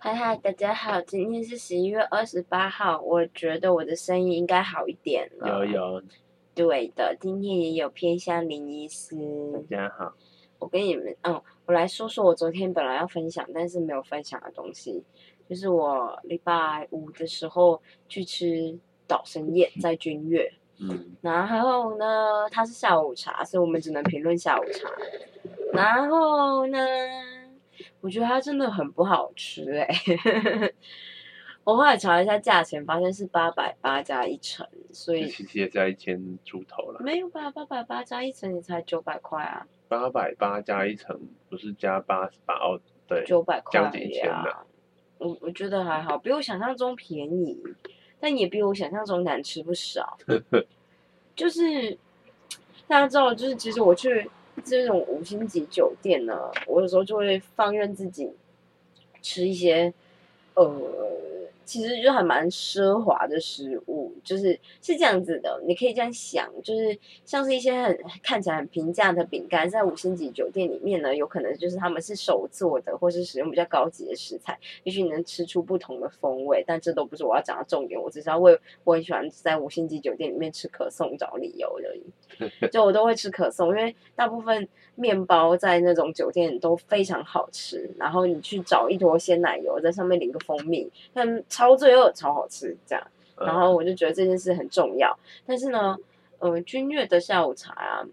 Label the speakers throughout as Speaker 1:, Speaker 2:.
Speaker 1: 嗨嗨，大家好，今天是十一月二十八号，我觉得我的声音应该好一点了。
Speaker 2: 有。有，
Speaker 1: 啊对的，今天也有偏向林医师。
Speaker 2: 大家好，
Speaker 1: 我跟你们，嗯，我来说说我昨天本来要分享，但是没有分享的东西，就是我礼拜五的时候去吃岛生宴，在君悦。
Speaker 2: 嗯，
Speaker 1: 然后呢，它是下午茶，所以我们只能评论下午茶。然后呢，我觉得它真的很不好吃哎、 我后来查了一下价钱，发现是八百八加一成，所 以
Speaker 2: 其实也在一千出头啦，
Speaker 1: 没有吧？八百八加一成也才九百块啊，
Speaker 2: 八百八加一层，不是加八十八哦，对，
Speaker 1: 九百块
Speaker 2: 将近
Speaker 1: 而已
Speaker 2: 1000
Speaker 1: 啊。我我觉得还好，比我想象中便宜，但也比我想象中难吃不少。就是大家知道，就是其实我去这种五星级酒店呢，我有时候就会放任自己吃一些，呃，其实就还蛮奢华的食物，就是是这样子的，你可以这样想，就是像是一些很看起来很平价的饼干，在五星级酒店里面呢，有可能就是他们是手做的，或是使用比较高级的食材，也许你能吃出不同的风味，但这都不是我要讲的重点，我只是要为我很喜欢在五星级酒店里面吃可颂找理由而已。就我都会吃可颂，因为大部分面包在那种酒店都非常好吃，然后你去找一坨鲜奶油，在上面淋个蜂蜜，但超罪恶超好吃这样。
Speaker 2: 嗯
Speaker 1: 然后我就觉得这件事很重要。但是呢，呃，君悦的下午茶啊，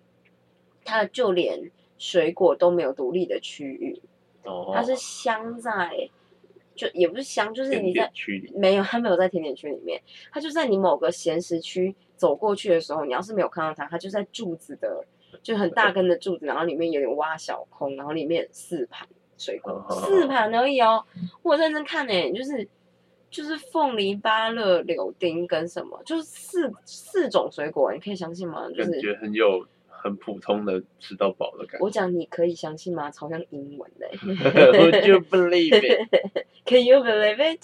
Speaker 1: 它就连水果都没有独立的区域，
Speaker 2: 哦，
Speaker 1: 它是镶在，就也不是镶，就是
Speaker 2: 甜
Speaker 1: 你在
Speaker 2: 点区里，
Speaker 1: 没有，它没有在甜点区里面，它就在你某个闲时区走过去的时候，你要是没有看到它，它就在柱子的，就很大根的柱子，然后里面有点挖小空，然后里面四盘水果，
Speaker 2: 哦
Speaker 1: 四盘而已哦。我有认真看呢、欸就是就是凤梨、芭乐、柳丁跟什么，就是四四种水果，欸你可以相信吗？就
Speaker 2: 感
Speaker 1: 是
Speaker 2: 觉很有很普通的吃到饱的感觉。
Speaker 1: 我讲你可以相信吗？超像英文的欸、
Speaker 2: Would you believe it？
Speaker 1: Can you believe it？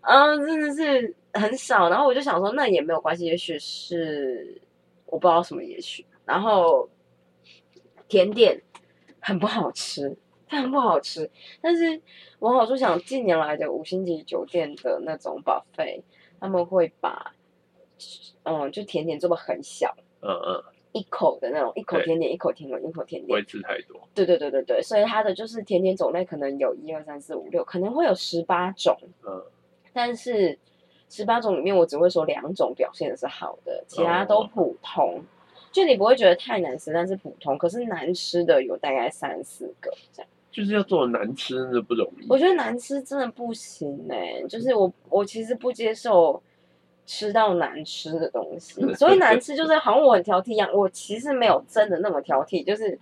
Speaker 1: 嗯，真的是很少。然后我就想说，那也没有关系，也许是我不知道什么，也许。然后甜点很不好吃，非常不好吃。但是我好就想，近年来的五星级酒店的那种 buffet，他们会把嗯，就甜点做的很小，
Speaker 2: 嗯嗯，
Speaker 1: 一口的那种，一口
Speaker 2: 对
Speaker 1: 甜点，一口甜点，一口甜
Speaker 2: 不
Speaker 1: 点
Speaker 2: 会。吃太多，
Speaker 1: 对对对对对，所以它的就是甜点种类可能有一二三四五六，可能会有十八种。
Speaker 2: 嗯，
Speaker 1: 但是十八种里面，我只会说两种表现的是好的，其他都普通。就你不会觉得太难吃，但是普通。可是难吃的有大概三四个这样。
Speaker 2: 就是要做难吃真的不容易。
Speaker 1: 我觉得难吃真的不行哎、就是我我其实不接受吃到难吃的东西，所以难吃就是好像我很挑剔一样，我其实没有真的那么挑剔，就是。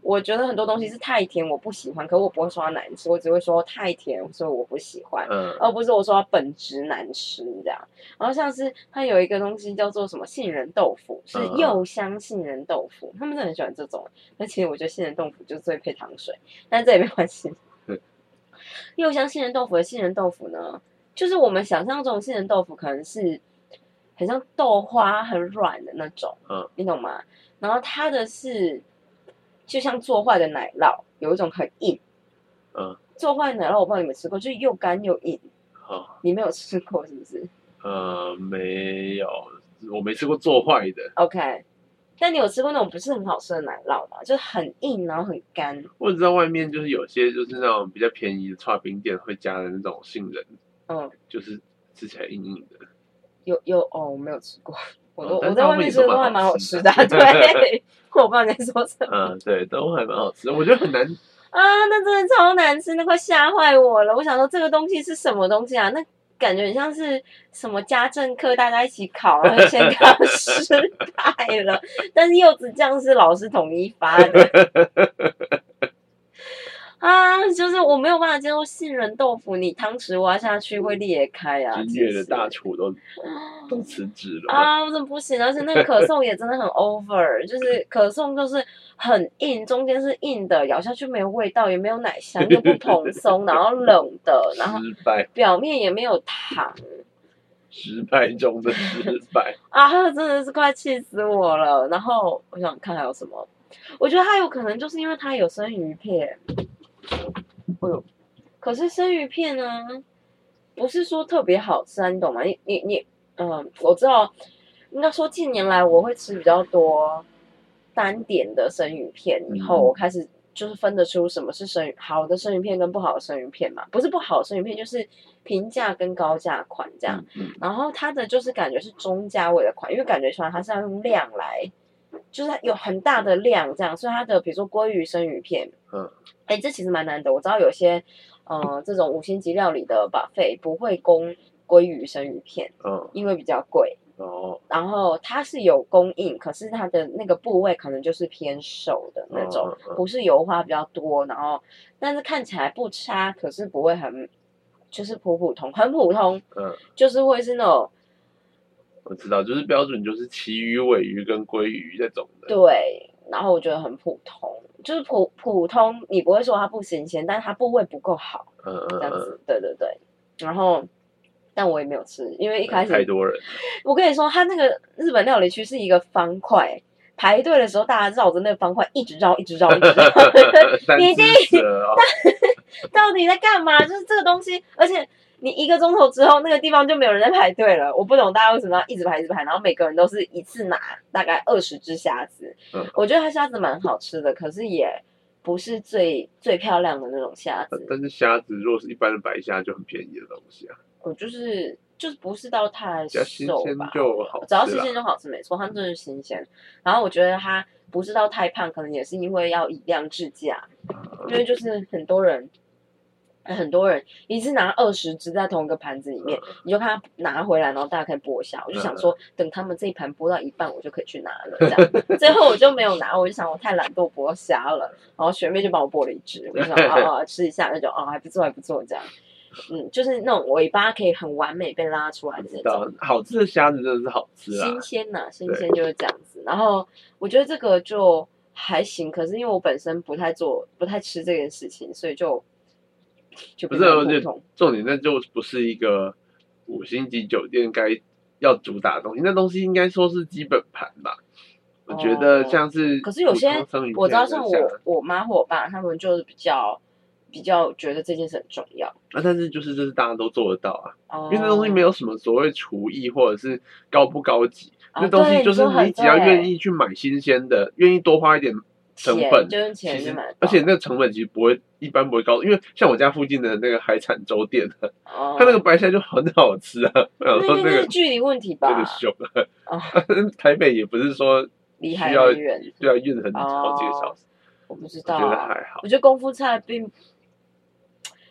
Speaker 1: 我觉得很多东西是太甜，我不喜欢，可我不会说它难吃，我只会说太甜，所以我不喜欢。
Speaker 2: 嗯，
Speaker 1: 而不是我说它本质难吃这样。然后像是它有一个东西叫做什么杏仁豆腐，是
Speaker 2: 嗯嗯
Speaker 1: 柚香杏仁豆腐，他们是很喜欢这种。欸那其实我觉得杏仁豆腐就是最配糖水，但这也没关系
Speaker 2: 对。
Speaker 1: 柚香杏仁豆腐的杏仁豆腐呢，就是我们想象中的杏仁豆腐可能是很像豆花很软的那种，
Speaker 2: 嗯，
Speaker 1: 你懂吗？然后它的是就像做坏的奶酪，有一种很硬。
Speaker 2: 嗯，
Speaker 1: 做坏的奶酪我不知道你们吃过，就是又干又硬。
Speaker 2: 好，
Speaker 1: 你没有吃过是不是
Speaker 2: 呃，没有，我没吃过做坏的，
Speaker 1: ？OK，但你有吃过那种不是很好吃的奶酪吗？就是很硬，然后很干。
Speaker 2: 我只知道外面就是有些就是那种比较便宜的串冰店会加的那种杏仁，
Speaker 1: 嗯，
Speaker 2: 就是吃起来硬硬的。
Speaker 1: 有有哦，我没有吃过。我都、
Speaker 2: 哦但
Speaker 1: 我在外面吃的都还蛮好吃的啊、
Speaker 2: 大部分也都蛮
Speaker 1: 对，我不知道你
Speaker 2: 好吃的
Speaker 1: 在说什么
Speaker 2: 嗯，对，都还蛮好吃的。我觉得很难，
Speaker 1: 啊，那真的超难吃，那快吓坏我了。我想说这个东西是什么东西啊？那感觉很像是什么家政课，大家一起考，啊然后先考失败了。但是柚子酱是老师统一发的。啊，就是我没有办法接受杏仁豆腐，你汤匙挖下去会裂开啊！
Speaker 2: 君
Speaker 1: 其
Speaker 2: 越
Speaker 1: 实
Speaker 2: 的大 厨都都辞职了。
Speaker 1: 啊，我真的不行，而且那个可颂也真的很 over，就是可颂就是很硬，中间是硬的，咬下去没有味道，也没有奶香，又不蓬松，然后冷的，然后
Speaker 2: 失败，
Speaker 1: 表面也没有糖
Speaker 2: 失败中的失败。
Speaker 1: 啊，真的是快气死我了。然后我想看还有什么，我觉得它有可能就是因为它有生鱼片，哎呦，可是生鱼片呢，不是说特别好吃啊，你懂吗？你你你，嗯、我知道，应该说近年来我会吃比较多单点的生鱼片，以后
Speaker 2: 嗯
Speaker 1: 我开始就是分得出什么是生鱼好的生鱼片跟不好的生鱼片嘛，不是不好的生鱼片，就是平价跟高价款 这样。
Speaker 2: 嗯，嗯
Speaker 1: 然后它的就是感觉是中价位的款，因为感觉出来它是要用量来，就是它有很大的量这样，所以它的比如说鲑鱼生鱼片，
Speaker 2: 嗯，
Speaker 1: 哎，这其实蛮难得。我知道有些，呃，这种五星级料理的 buffet 不会供鲑鱼生鱼片，
Speaker 2: 嗯，
Speaker 1: 因为比较贵。
Speaker 2: 哦，
Speaker 1: 然后它是有供应，可是它的那个部位可能就是偏瘦的那种，
Speaker 2: 嗯嗯嗯
Speaker 1: 不是油花比较多，然后但是看起来不差，可是不会很，就是普普通，很普通，
Speaker 2: 嗯，
Speaker 1: 就是会是那种
Speaker 2: 我知道，就是标准就是旗鱼、尾鱼跟鲑鱼这种的。
Speaker 1: 对，然后我觉得很普通，就是普普通，你不会说它不新鲜，但它部位不够好
Speaker 2: 嗯
Speaker 1: 这
Speaker 2: 嗯
Speaker 1: 样
Speaker 2: 嗯
Speaker 1: 子，对对对，然后。但我也没有吃，因为一
Speaker 2: 嗯，
Speaker 1: 开
Speaker 2: 太
Speaker 1: 始
Speaker 2: 多人，
Speaker 1: 我跟你说，它那个日本料理区是一个方块，排队的时候大家绕着那个方块一直绕，一直绕，一直绕，
Speaker 2: 三
Speaker 1: 你一
Speaker 2: 只
Speaker 1: 定
Speaker 2: 蛇哦，
Speaker 1: 到底在干嘛？ 就是这个东西，而且你一个钟头之后，那个地方就没有人在排队了。 我不懂大家为什么要一直排一直排，然后每个人都是一次拿大概二十只虾子。
Speaker 2: 嗯
Speaker 1: 我觉得它虾子蛮好吃的，可是也不是最最漂亮的那种虾
Speaker 2: 呃
Speaker 1: 子。
Speaker 2: 但是虾子如果是一般的白虾就很便宜的东西啊，
Speaker 1: 我就是就是不是到太
Speaker 2: 只要新
Speaker 1: 瘦
Speaker 2: 鲜
Speaker 1: 吧，
Speaker 2: 就好
Speaker 1: 只要
Speaker 2: 吃
Speaker 1: 新
Speaker 2: 啦
Speaker 1: 鲜就好吃，没错，它真的是新鲜。然后我觉得它不是到太胖，可能也是因为要以量制价。因为就是很多人，很多人一次拿二十只在同一个盘子里面，你就看他拿回来，然后大家可以剥虾。我就想说，等他们这一盘剥到一半，我就可以去拿了。这样，最后我就没有拿，我就想我太懒惰剥虾了。然后学妹就帮我剥了一只，我就想啊啊吃一下，那就啊还不错还不错这样。嗯，就是那种尾巴可以很完美被拉出来的那
Speaker 2: 知
Speaker 1: 种。
Speaker 2: 道好吃的虾子真的是好吃啊
Speaker 1: 新，鲜呐、新鲜就是这样子。然后我觉得这个就还行，可是因为我本身不太做、不太吃这件事情，所以就就
Speaker 2: 不
Speaker 1: 比
Speaker 2: 是
Speaker 1: 较
Speaker 2: 我觉
Speaker 1: 普
Speaker 2: 得
Speaker 1: 通。
Speaker 2: 重点，那就不是一个五星级酒店该要主打的东西，那东西应该说是基本盘吧。我觉得像是、
Speaker 1: 哦可是有些我知道，像我我妈或我爸，他们就是比较比较觉得这件事很重要。
Speaker 2: 啊，但是就是这是大家都做得到啊，
Speaker 1: 哦
Speaker 2: 因为那东西没有什么所谓厨艺或者是高不高级，
Speaker 1: 哦
Speaker 2: 那东
Speaker 1: 对
Speaker 2: 西
Speaker 1: 你
Speaker 2: 就是
Speaker 1: 说很
Speaker 2: 你只要
Speaker 1: 对
Speaker 2: 愿意去买新鲜的，愿意多花一点成
Speaker 1: 钱
Speaker 2: 本
Speaker 1: 就用
Speaker 2: 其
Speaker 1: 钱就
Speaker 2: 实
Speaker 1: 买得到，
Speaker 2: 而且那个成本其实不会，一般不会高，因为像我家附近的那个海产粥店，啊
Speaker 1: 哦
Speaker 2: 它那个白虾就很好吃啊。 我想
Speaker 1: 那
Speaker 2: 说
Speaker 1: 应
Speaker 2: 那
Speaker 1: 该
Speaker 2: 个
Speaker 1: 是距离问题
Speaker 2: 那个
Speaker 1: 吧，
Speaker 2: 凶
Speaker 1: 哦
Speaker 2: 啊， 台北也不是说
Speaker 1: 离
Speaker 2: 需
Speaker 1: 海
Speaker 2: 要
Speaker 1: 很远，
Speaker 2: 对啊运很好几个
Speaker 1: 哦
Speaker 2: 小时，
Speaker 1: 我不知
Speaker 2: 我
Speaker 1: 道
Speaker 2: 觉得
Speaker 1: 啊
Speaker 2: 还好。
Speaker 1: 我觉得功夫菜并，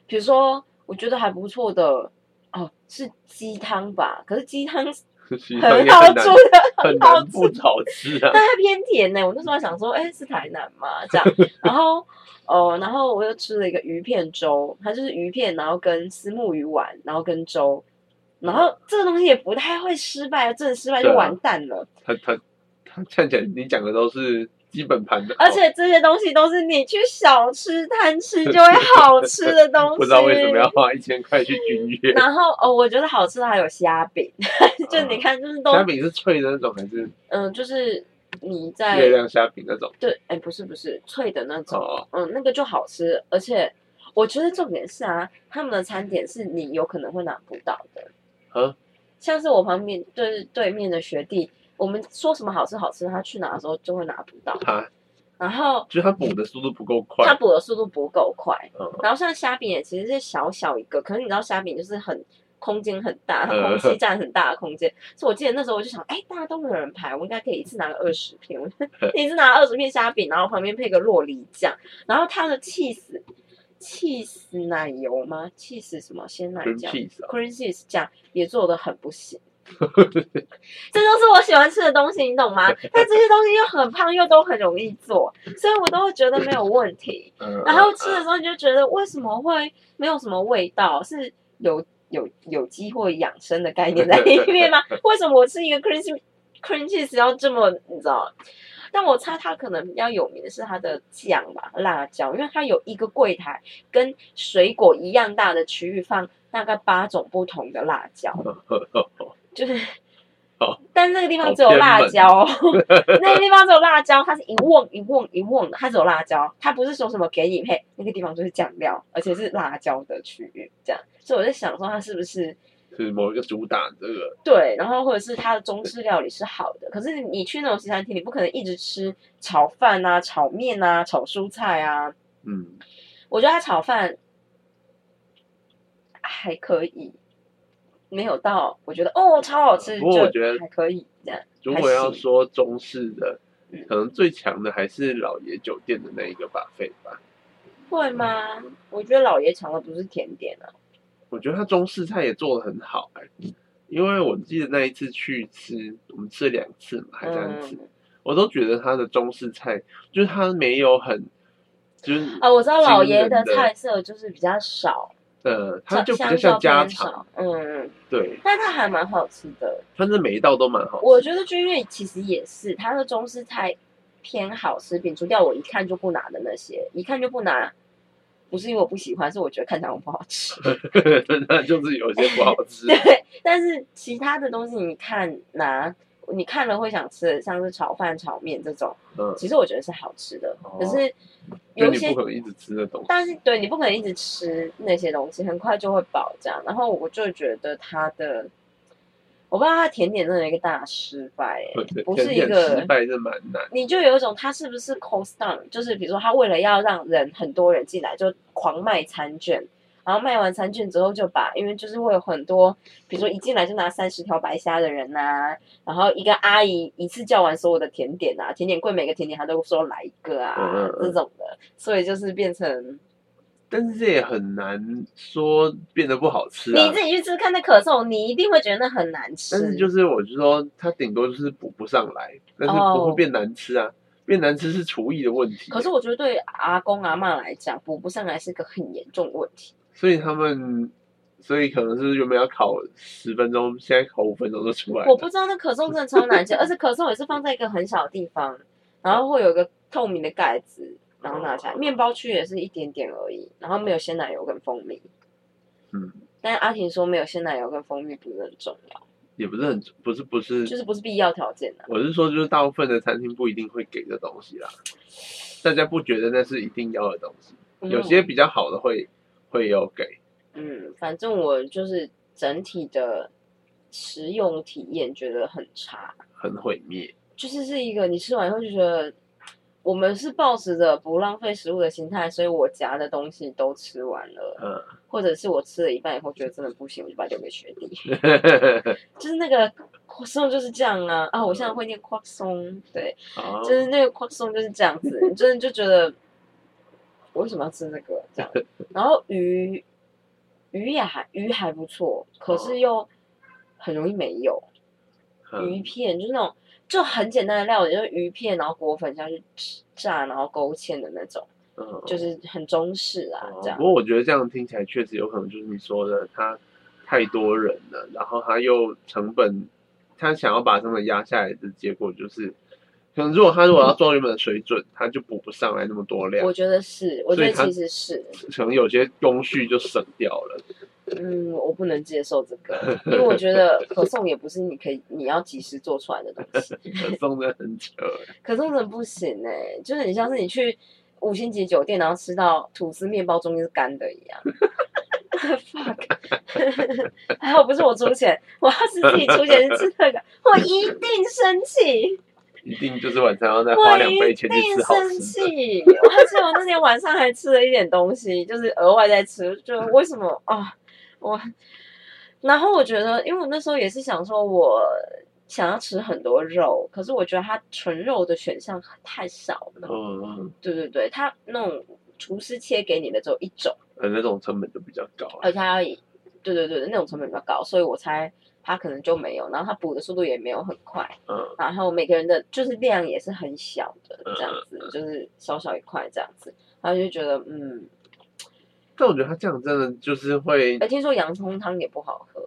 Speaker 1: 比如说我觉得还不错的哦，是鸡汤吧？可是鸡汤是
Speaker 2: 西藏
Speaker 1: 很
Speaker 2: 也
Speaker 1: 好
Speaker 2: 很难
Speaker 1: 煮的，
Speaker 2: 很
Speaker 1: 很好
Speaker 2: 难
Speaker 1: 吃
Speaker 2: 不好吃啊
Speaker 1: 但。它偏甜呢、我那时候还想说，哎、是台南嘛？这样，然后哦、呃然后我又吃了一个鱼片粥，它就是鱼片，然后跟丝木鱼丸，然后跟粥。然后这个东西也不太会失败，真的失败就
Speaker 2: 对啊
Speaker 1: 完蛋了。
Speaker 2: 它它它看起来你讲的都是基本盘的，
Speaker 1: 而且这些东西都是你去小吃摊 吃就会好吃的东西。
Speaker 2: 不知道为什么要花一千块去君悦。
Speaker 1: 然后哦，我觉得好吃的还有虾饼， 就你看，就是都
Speaker 2: 啊虾饼是脆的那种还是
Speaker 1: 嗯、就是你
Speaker 2: 月
Speaker 1: 在
Speaker 2: 亮虾饼那种？
Speaker 1: 对，哎，不是不是脆的那种，
Speaker 2: 哦，
Speaker 1: 嗯，那个就好吃，而且我觉得重点是啊，他们的餐点是你有可能会拿不到的，
Speaker 2: 啊，
Speaker 1: 像是我旁边对对面的学弟，我们说什么好吃好吃，他去拿的时候就会拿不到，
Speaker 2: 它
Speaker 1: 然后
Speaker 2: 就是它补的速度不够快
Speaker 1: 他。补的速度不够快，
Speaker 2: 嗯
Speaker 1: 然后像虾饼也其实是小小一个，可是你知道虾饼就是很空间很大，它
Speaker 2: 呃
Speaker 1: 空气占很大的空间，所以我记得那时候我就想，哎，大家都没有人排，我应该可以一次拿个二十片，我 一次拿二十片虾饼，然后旁边配个洛梨酱，然后它的 cheese cheese 奶油吗？cheese 什么鲜奶
Speaker 2: Green
Speaker 1: 酱
Speaker 2: cheese 啊，
Speaker 1: cream cheese 酱也做的很不行。这都是我喜欢吃的东西，你懂吗？但这些东西又很胖，又都很容易做，所以我都会觉得没有问题。
Speaker 2: 嗯
Speaker 1: 然后吃的时候你就觉得为什么会没有什么味道？是有有有机或养生的概念在里面吗？为什么我吃一个 cream cheese- cream cheese 要这么你知道？但我猜它可能比较有名的是它的酱吧，辣椒，因为它有一个柜台跟水果一样 大的区域放大概八种不同的辣椒，就是
Speaker 2: 哦，
Speaker 1: 但那个地
Speaker 2: 好
Speaker 1: 方只有
Speaker 2: 偏
Speaker 1: 辣
Speaker 2: 门
Speaker 1: 椒哦， 那个地方只有辣椒，它是一瓮一瓮一瓮的，它只有辣椒，它不是说什么给你配，那个地方就是酱料，而且是辣椒的区域，这样，所以我在想说它是不是
Speaker 2: 嗯是某一个主打这个
Speaker 1: 对，然后或者是它的中式料理是好的，可是你去那种西餐厅，你不可能一直吃炒饭啊、炒面啊、炒蔬菜啊。
Speaker 2: 嗯
Speaker 1: 我觉得它炒饭还可以，没有到我觉得哦超好吃，
Speaker 2: 不过我
Speaker 1: 就
Speaker 2: 觉得
Speaker 1: 还可以这样。
Speaker 2: 如果要
Speaker 1: 还行
Speaker 2: 说中式的
Speaker 1: 嗯，
Speaker 2: 可能最强的还是老爷酒店的那一个把费吧。
Speaker 1: 会吗？我觉得老爷尝的不是甜点啊，
Speaker 2: 我觉得他中式菜也做的很好哎、因为我记得那一次去吃，我们吃了两次嘛，还三次，
Speaker 1: 嗯
Speaker 2: 我都觉得他的中式菜就是他没有很，就是
Speaker 1: 啊，我知道老爷的
Speaker 2: 惊人的
Speaker 1: 菜色就是比较少，
Speaker 2: 呃，他就比较
Speaker 1: 相较
Speaker 2: 像家
Speaker 1: 偏
Speaker 2: 常，
Speaker 1: 少，嗯，
Speaker 2: 对，
Speaker 1: 但它还蛮好吃的。
Speaker 2: 反正每一道都蛮好
Speaker 1: 我
Speaker 2: 吃。
Speaker 1: 觉得君悦其实也是，它的中式菜偏好食品，除掉我一看就不拿的那些，一看就不拿，不是因为我不喜欢，是我觉得看起来很不好吃。
Speaker 2: 那就是有些不好吃，
Speaker 1: 对，但是其他的东西你看拿，你看了会想吃的，像是炒饭、炒面这种，
Speaker 2: 嗯，
Speaker 1: 其实我觉得是好吃的，
Speaker 2: 哦
Speaker 1: 可是有
Speaker 2: 就
Speaker 1: 一
Speaker 2: 你
Speaker 1: 些
Speaker 2: 不可能一直吃的东西。
Speaker 1: 但是对你不可能一直吃那些东西，很快就会饱这样。然后我就觉得它的，我不知道它甜点真的一个大失败、欸，不是一
Speaker 2: 甜点
Speaker 1: 个
Speaker 2: 失败是蛮难，
Speaker 1: 你就有一种它是不是 cost down，就是比如说它为了要让人很多人进来，就狂卖餐券。然后卖完餐券之后，就把因为就是会有很多，比如说一进来就拿三十条白虾的人呐、然后一个阿姨一次叫完所有的甜点啊，甜点柜每个甜点她都说来一个啊、
Speaker 2: 嗯嗯嗯
Speaker 1: 这种的，所以就是变成
Speaker 2: 但是这也很难说变得不好吃啊
Speaker 1: 你。自己去吃看那可颂，你一定会觉得那很难吃。
Speaker 2: 但是就是我是说，它顶多就是补不上来，但是不
Speaker 1: 哦
Speaker 2: 会变难吃啊。变难吃是厨艺的问题，啊
Speaker 1: 可是我觉得对阿公阿嬷来讲，补不上来是个很严重的问题。
Speaker 2: 所以他们，所以可能是原本要烤十分钟，现在烤五分钟就出来
Speaker 1: 我
Speaker 2: 了。
Speaker 1: 不知道那可颂真的超难吃，而且可颂也是放在一个很小的地方，然后会有一个透明的盖子，然后拿起来。面包区也是一点点而已，然后没有鲜奶油跟蜂蜜。
Speaker 2: 嗯，
Speaker 1: 但是阿婷说没有鲜奶油跟蜂蜜不是很重要，
Speaker 2: 也不是很，不是不是，
Speaker 1: 就是不是必要条件啊。
Speaker 2: 我是说，就是大部分的餐厅不一定会给这东西啦。大家不觉得那是一定要的东西，有些比较好的会会有给。
Speaker 1: 嗯，反正我就是整体的食用体验觉得很差。
Speaker 2: 很毁灭，
Speaker 1: 就是是一个你吃完以后就觉得，我们是抱持着不浪费食物的心态，所以我夹的东西都吃完了，
Speaker 2: 嗯，
Speaker 1: 或者是我吃了一半以后觉得真的不行，我就把它留给学弟。就是那个扩松就是这样啊啊！我现在会念扩松，对，
Speaker 2: 哦
Speaker 1: 就是 那个扩松就是这样子，你真的就觉得我为什么要吃这个这 样？然后鱼鱼也还鱼还不错，可是又很容易没有。鱼
Speaker 2: 哦嗯
Speaker 1: 片，就是那种就很简单的料理，就是鱼片，然后裹粉下去炸，然后勾芡的那种，
Speaker 2: 嗯
Speaker 1: 就是很中式啊，
Speaker 2: 哦
Speaker 1: 这样
Speaker 2: 不。过我觉得这样听起来确实有可能就是你说的，他太多人了，然后他又成本，他想要把成本压下来的结果就是，可能如果他如果要做原本的水准，他就补不上来那么多量
Speaker 1: 我，觉得是，我觉
Speaker 2: 所以
Speaker 1: 得
Speaker 2: 它
Speaker 1: 其实是，
Speaker 2: 可能有些工序就省掉了。
Speaker 1: 嗯，我不能接受这个，因为我觉得可颂也不是你可以你要及时做出来的东西，
Speaker 2: 可送的很扯，
Speaker 1: 可颂真的不行哎、就是你像是你去五星级酒店，然后吃到吐司面包中间是干的一样。fuck，还好不是我出钱，我要是自己出钱去吃那个，我一定生气。
Speaker 2: 一定就是晚上要再花
Speaker 1: 我
Speaker 2: 两倍
Speaker 1: 一
Speaker 2: 钱
Speaker 1: 定
Speaker 2: 去吃好
Speaker 1: 生
Speaker 2: 吃的。
Speaker 1: 气，我还记得我那天晚上还吃了一点东西，就是额外在吃，就为什么啊？我，然后我觉得，因为我那时候也是想说，我想要吃很多肉，可是我觉得它纯肉的选项太少了。
Speaker 2: 嗯，
Speaker 1: 对对对，它那种厨师切给你的只有一种，
Speaker 2: 呃，那种成本就比较高了
Speaker 1: 而。且它要以，对对对，那种成本比较高，所以我猜它可能就没有，然后它补的速度也没有很快。
Speaker 2: 嗯，
Speaker 1: 然后每个人的就是量也是很小的，
Speaker 2: 嗯
Speaker 1: 这样子就是小小一块这样子，然后就觉得嗯，
Speaker 2: 但我觉得他这样真的就是会
Speaker 1: 哎，听说洋葱汤也不好喝，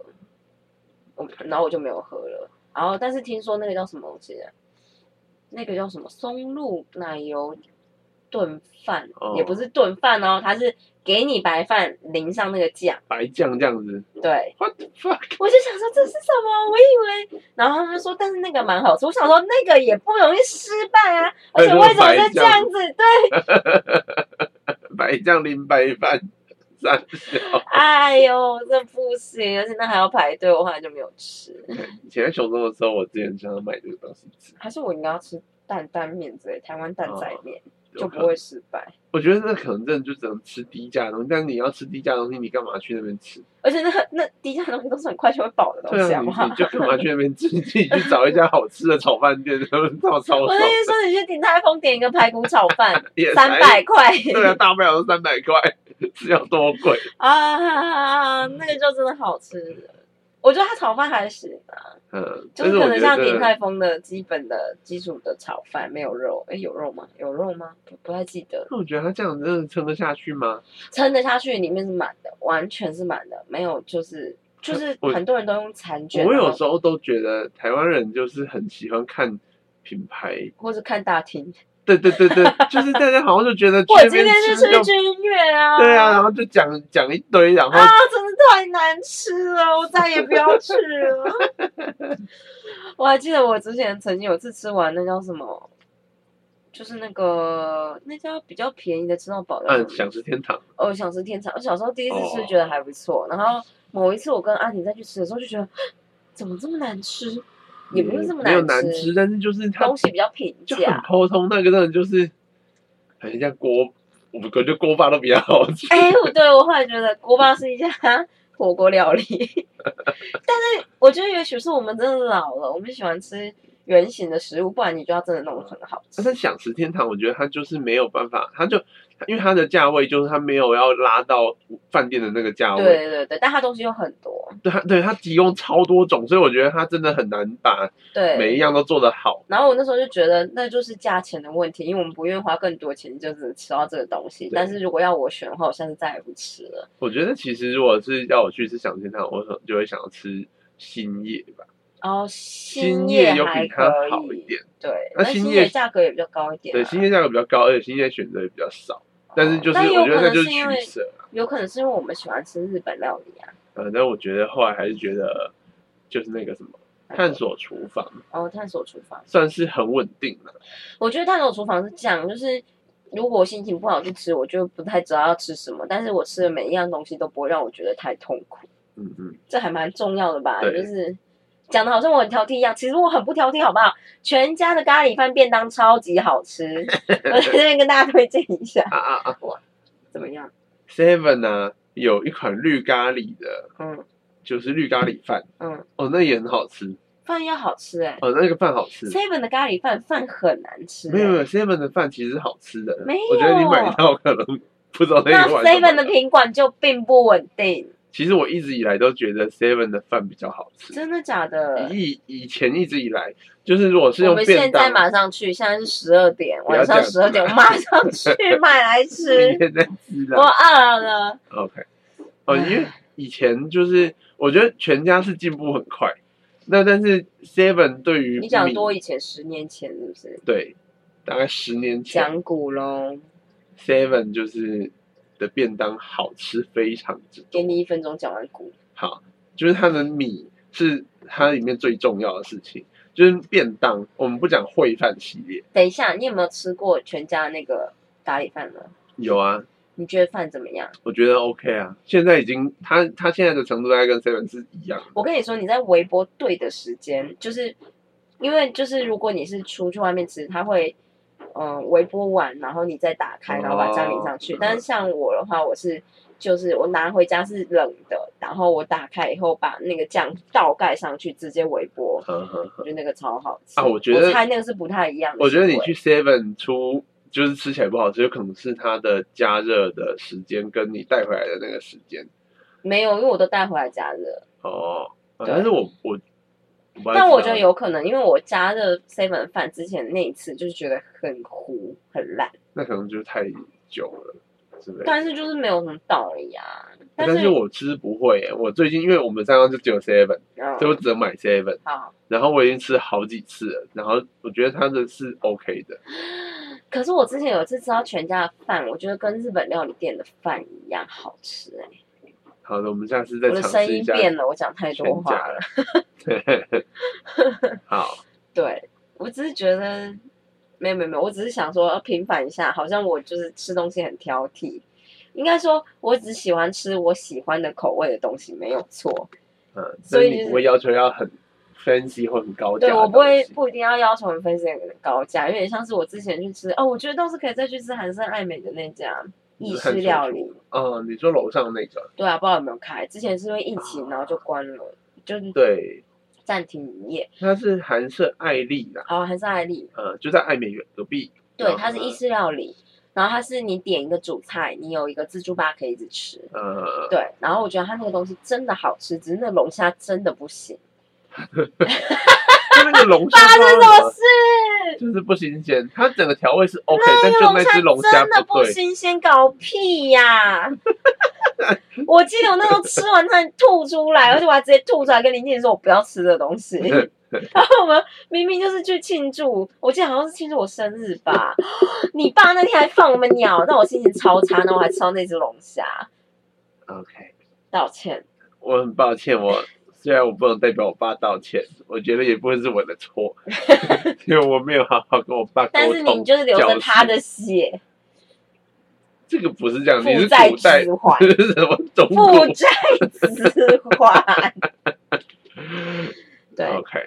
Speaker 1: 我然后我就没有喝了，然后啊但是听说那个叫什么我记得，那个叫什么松露奶油炖饭，
Speaker 2: 哦
Speaker 1: 也不是炖饭哦，它是给你白饭淋上那个酱，
Speaker 2: 白酱这样子。
Speaker 1: 对。
Speaker 2: What the fuck？
Speaker 1: 我就想说这是什么？我以为，然后他们就说，但是那个蛮好吃。我想说那个也不容易失败啊，
Speaker 2: 哎
Speaker 1: 而且为什么是这样子？对，
Speaker 2: 白酱淋白饭，三小。
Speaker 1: 哎呦，这不行，而且那还要排队，我后来就没有吃。
Speaker 2: 以前在熊中的时候，我之前常常买这个东西吃，
Speaker 1: 还是我应该要吃担担面之类，台湾担仔面、
Speaker 2: 哦有
Speaker 1: 就
Speaker 2: 可
Speaker 1: 不
Speaker 2: 能
Speaker 1: 会失败。
Speaker 2: 我觉得那可能真的就只能吃低价的东西，但是你要吃低价的东西，你干嘛去那边吃？
Speaker 1: 而且那那底下的东西都是很快就会饱的东
Speaker 2: 对
Speaker 1: 西，
Speaker 2: 啊，
Speaker 1: 好
Speaker 2: 你
Speaker 1: 不好？
Speaker 2: 你就干嘛去那边吃？ 你自己去找一家好吃的炒饭店， 他们炒超
Speaker 1: 我
Speaker 2: 爽
Speaker 1: 那，天说你去鼎泰丰点一个排骨炒饭，
Speaker 2: 也才
Speaker 1: 三百块
Speaker 2: 对啊，大不了三百块，是要多贵？
Speaker 1: 啊，那个就真的好吃我觉得它炒饭还行啊，
Speaker 2: 嗯，
Speaker 1: 就
Speaker 2: 但是
Speaker 1: 可
Speaker 2: 我
Speaker 1: 能
Speaker 2: 觉
Speaker 1: 像
Speaker 2: 得
Speaker 1: 鼎泰丰的基本的基础的炒饭，没有肉。哎，有肉吗？有肉吗？不不太记得。
Speaker 2: 那我觉得他这样真的撑得下去吗？
Speaker 1: 撑得下去，里面是满的，完全是满的，没有就是就是
Speaker 2: 呃我
Speaker 1: 很多人都用餐券，
Speaker 2: 我
Speaker 1: 然
Speaker 2: 有
Speaker 1: 后
Speaker 2: 时候都觉得台湾人就是很喜欢看品牌，
Speaker 1: 或是看大厅。
Speaker 2: 对对对对，就是大家好像就觉得去
Speaker 1: 我
Speaker 2: 那
Speaker 1: 今
Speaker 2: 边
Speaker 1: 天去
Speaker 2: 吃
Speaker 1: 吃
Speaker 2: 就
Speaker 1: 君悦啊，
Speaker 2: 对啊，然后就讲讲一堆，然后
Speaker 1: 啊，真的太难吃了，我再也不要去了。 我还记得我之前曾经有次吃完那叫什么，就是那个那家比较便宜的吃到饱的，
Speaker 2: 嗯，想吃天堂，
Speaker 1: 哦，想吃天长。我小时候第一次吃
Speaker 2: 哦
Speaker 1: 觉得还不错，然后某一次我跟阿婷再去吃的时候就觉得，怎么这么难吃？也不是这么
Speaker 2: 嗯没有
Speaker 1: 难
Speaker 2: 难吃，但是就是它
Speaker 1: 东西比较平
Speaker 2: 就很
Speaker 1: 价。
Speaker 2: 普通，那个真的就是很像锅，我觉得锅巴都比较好吃。
Speaker 1: 哎、我对我后来觉得锅巴是一家 火锅料 理，但是我觉得也许是我们真的老了，我们喜欢吃圆形的食物，不然你就要真的弄得很好吃
Speaker 2: 啊但。是想吃天堂，我觉得它就是没有办法，它就因为它的价位就是它没有要拉到饭店的那个价
Speaker 1: 对
Speaker 2: 位，
Speaker 1: 对对，但它东西又很多，
Speaker 2: 对它对它提供超多种，所以我觉得它真的很难把每
Speaker 1: 对
Speaker 2: 一。样都做得好。
Speaker 1: 然后我那时候就觉得那就是价钱的问题，因为我们不愿意花更多钱，就只能吃到这个东西
Speaker 2: 对。
Speaker 1: 但是如果要我选的话，我下次再也不吃了。
Speaker 2: 我觉得其实如果是要我去吃想吃天堂，我可能就会想要吃新叶吧，
Speaker 1: 然后
Speaker 2: 新
Speaker 1: 叶
Speaker 2: 有
Speaker 1: 还
Speaker 2: 比
Speaker 1: 可
Speaker 2: 它
Speaker 1: 以，
Speaker 2: 好一点，
Speaker 1: 对，
Speaker 2: 那
Speaker 1: 那
Speaker 2: 新
Speaker 1: 新
Speaker 2: 叶
Speaker 1: 叶价格也比较高一点、啊。
Speaker 2: 对，新叶价格比较高，而且新叶选择也比较少，但是就是
Speaker 1: 那有
Speaker 2: 我觉得
Speaker 1: 可
Speaker 2: 那
Speaker 1: 能
Speaker 2: 就是是
Speaker 1: 因
Speaker 2: 取
Speaker 1: 为
Speaker 2: 舍。
Speaker 1: 有可能是因为我们喜欢吃日本料理啊，
Speaker 2: 呃，但我觉得后来还是觉得，就是那个什么探索厨房
Speaker 1: 然后探索厨房。
Speaker 2: 算是很稳定了。
Speaker 1: 我觉得探索厨房是这样，就是如果我心情不好去吃，我就不太知道要吃什么，但是我吃的每一样东西都不会让我觉得太痛苦，
Speaker 2: 嗯嗯，
Speaker 1: 这还蛮重要的吧？就
Speaker 2: 对
Speaker 1: 是讲的好像我很挑剔一样，其实我很不挑剔，好不好？全家的咖喱饭便当超级好 吃，我这边跟大家推荐一下，
Speaker 2: 啊啊啊
Speaker 1: 怎么样？
Speaker 2: ，Seven 啊，有一款绿咖喱的，
Speaker 1: 嗯
Speaker 2: 就是绿咖喱饭，
Speaker 1: 嗯，
Speaker 2: 哦，那也很好吃，
Speaker 1: 饭要好吃哎、
Speaker 2: 哦，那个饭好吃。
Speaker 1: Seven 的咖喱饭饭很难吃、欸，
Speaker 2: 没有没有，Seven 的饭其实好吃的，
Speaker 1: 没有
Speaker 2: 我觉得你买到可能 不知道那
Speaker 1: 那
Speaker 2: 一碗什
Speaker 1: Seven
Speaker 2: 么
Speaker 1: 的。品管就并不稳定，
Speaker 2: 其实我一直以来都觉得 Seven 的饭比较好吃，
Speaker 1: 真的假的？
Speaker 2: 以以前一直以来，就是如果是
Speaker 1: 我
Speaker 2: 用
Speaker 1: 们
Speaker 2: 便
Speaker 1: 现在
Speaker 2: 当，
Speaker 1: 马上去，现在是十二点，
Speaker 2: 不要
Speaker 1: 晚
Speaker 2: 这样
Speaker 1: 上
Speaker 2: 子
Speaker 1: 十
Speaker 2: 啦
Speaker 1: 二点，我 马上去买来
Speaker 2: 明
Speaker 1: 吃。
Speaker 2: 天啊再吃
Speaker 1: 我
Speaker 2: 啦。
Speaker 1: 饿了，
Speaker 2: OK，哦，因为
Speaker 1: 唉
Speaker 2: 以前就是我觉得全家是进步很快，那但是 Seven 对于
Speaker 1: 你讲
Speaker 2: 米
Speaker 1: 多以前十年前是不是？
Speaker 2: 对，大概十年前
Speaker 1: 讲古龙，
Speaker 2: Seven 就是的便当好吃非常之
Speaker 1: 给你一分钟讲完古。
Speaker 2: 好，就是它的米是它里面最重要的事情，就是便当，我们不讲烩饭系列，
Speaker 1: 等一下，你有没有吃过全家那个咖喱饭呢？
Speaker 2: 有啊，
Speaker 1: 你觉得饭怎么样？
Speaker 2: 我觉得 OK 啊，现在已经它它现在的程度大概跟 Seven 是一样的，
Speaker 1: 我跟你说，你在微波对的时间，就是因为就是如果你是出去外面吃，它会嗯、呃微波完，然后你再打开，然后把酱淋上去。
Speaker 2: 哦
Speaker 1: 但是像我的话，我是就是我拿回家是冷的，然后我打开以后把那个酱倒盖上去，直接微 波，
Speaker 2: 呵呵呵
Speaker 1: 我觉得那个超好吃
Speaker 2: 啊我觉得
Speaker 1: 猜那个是不太一样的
Speaker 2: 我觉得你
Speaker 1: 口味
Speaker 2: 去 Seven 出就是吃起来不好吃，有可能是它的加热的时间跟你带回来的那个时间
Speaker 1: 没有，因为我都带回来加热。
Speaker 2: 哦。啊
Speaker 1: 对
Speaker 2: 但是我我，我不太
Speaker 1: 但我觉
Speaker 2: 知道
Speaker 1: 得有可能，因为我加热 seven 饭之前那一次，就是觉得很糊很烂。
Speaker 2: 那可能就太久了之类的。
Speaker 1: 但是就是没有什么道理啊。但
Speaker 2: 但是我其实不会耶，我最近因为我们三刚就只有 Seven，
Speaker 1: 嗯
Speaker 2: 所以我只能买 Seven，
Speaker 1: 好，
Speaker 2: 然后我已经吃好几次了，然后我觉得它的是 OK 的，
Speaker 1: 可是我之前有一次吃到全家的饭，我觉得跟日本料理店的饭一样好吃哎、
Speaker 2: 好的，我们下次再
Speaker 1: 我的
Speaker 2: 尝
Speaker 1: 声
Speaker 2: 试
Speaker 1: 音
Speaker 2: 一下
Speaker 1: 变了，我讲太多
Speaker 2: 全
Speaker 1: 话
Speaker 2: 家
Speaker 1: 了。
Speaker 2: 了。 好，
Speaker 1: 对，我只是觉得，没有没有没有，我只是想说要平反一下，好像我就是吃东西很挑剔。应该说，我只喜欢吃我喜欢的口味的东西，没有错。
Speaker 2: 嗯，
Speaker 1: 所
Speaker 2: 所
Speaker 1: 以
Speaker 2: 以你
Speaker 1: 就是
Speaker 2: 不会要求要很 fancy 或很高价
Speaker 1: 对
Speaker 2: 的东西？
Speaker 1: 我不会不一定要要求很分享很高价，有点像是我之前去吃哦，我觉得倒是可以再去吃韩式爱美的那家
Speaker 2: 你
Speaker 1: 意
Speaker 2: 是
Speaker 1: 式
Speaker 2: 汉水
Speaker 1: 料
Speaker 2: 族
Speaker 1: 理。
Speaker 2: 哦，你说楼上那个，
Speaker 1: 对啊，不知道有没有开，之前是因为疫情，然后就关了，就是
Speaker 2: 啊对，
Speaker 1: 暂停营业。
Speaker 2: 它是韩式艾丽啦，
Speaker 1: 哦，韩式爱丽，
Speaker 2: 呃，就在爱美园隔壁。
Speaker 1: 对，
Speaker 2: 然
Speaker 1: 它
Speaker 2: 后
Speaker 1: 是
Speaker 2: 呢
Speaker 1: 意式料理，然后它是你点一个主菜，你有一个自助吧可以一直吃。
Speaker 2: 呃，
Speaker 1: 对，然后我觉得它那个东西真的好吃，只是那龙虾真的不行。
Speaker 2: 就那 个龙虾
Speaker 1: 发生
Speaker 2: 不
Speaker 1: 什
Speaker 2: 知道为什
Speaker 1: 么
Speaker 2: 么
Speaker 1: 事？
Speaker 2: 就是不新鲜，它整个调味是 OK，但就
Speaker 1: 那
Speaker 2: 那只龙虾
Speaker 1: 真的
Speaker 2: 对。
Speaker 1: 新鲜，搞屁呀、 我记得我那时候吃完差点吐出来，而且我还直接吐出来跟林静说，我不要吃这东 西。然后我们明明就是去庆祝，我记得好像是庆祝我生日吧。 你爸那天还放我们鸟，让我心情超差，然后我还吃到那只龙虾，
Speaker 2: OK，
Speaker 1: 道歉。
Speaker 2: 我很抱歉，我虽然我不能代表我爸道歉，我觉得也不会是我的 错，因为我没有好好跟我爸
Speaker 1: 但
Speaker 2: 沟
Speaker 1: 是你
Speaker 2: 通。
Speaker 1: 就是流着
Speaker 2: 教
Speaker 1: 他
Speaker 2: 室
Speaker 1: 的血，
Speaker 2: 这个不是这样，你
Speaker 1: 负
Speaker 2: 是
Speaker 1: 债
Speaker 2: 古代。
Speaker 1: 之环
Speaker 2: 是什么中
Speaker 1: 负
Speaker 2: 国
Speaker 1: 债之患。对，
Speaker 2: ？OK，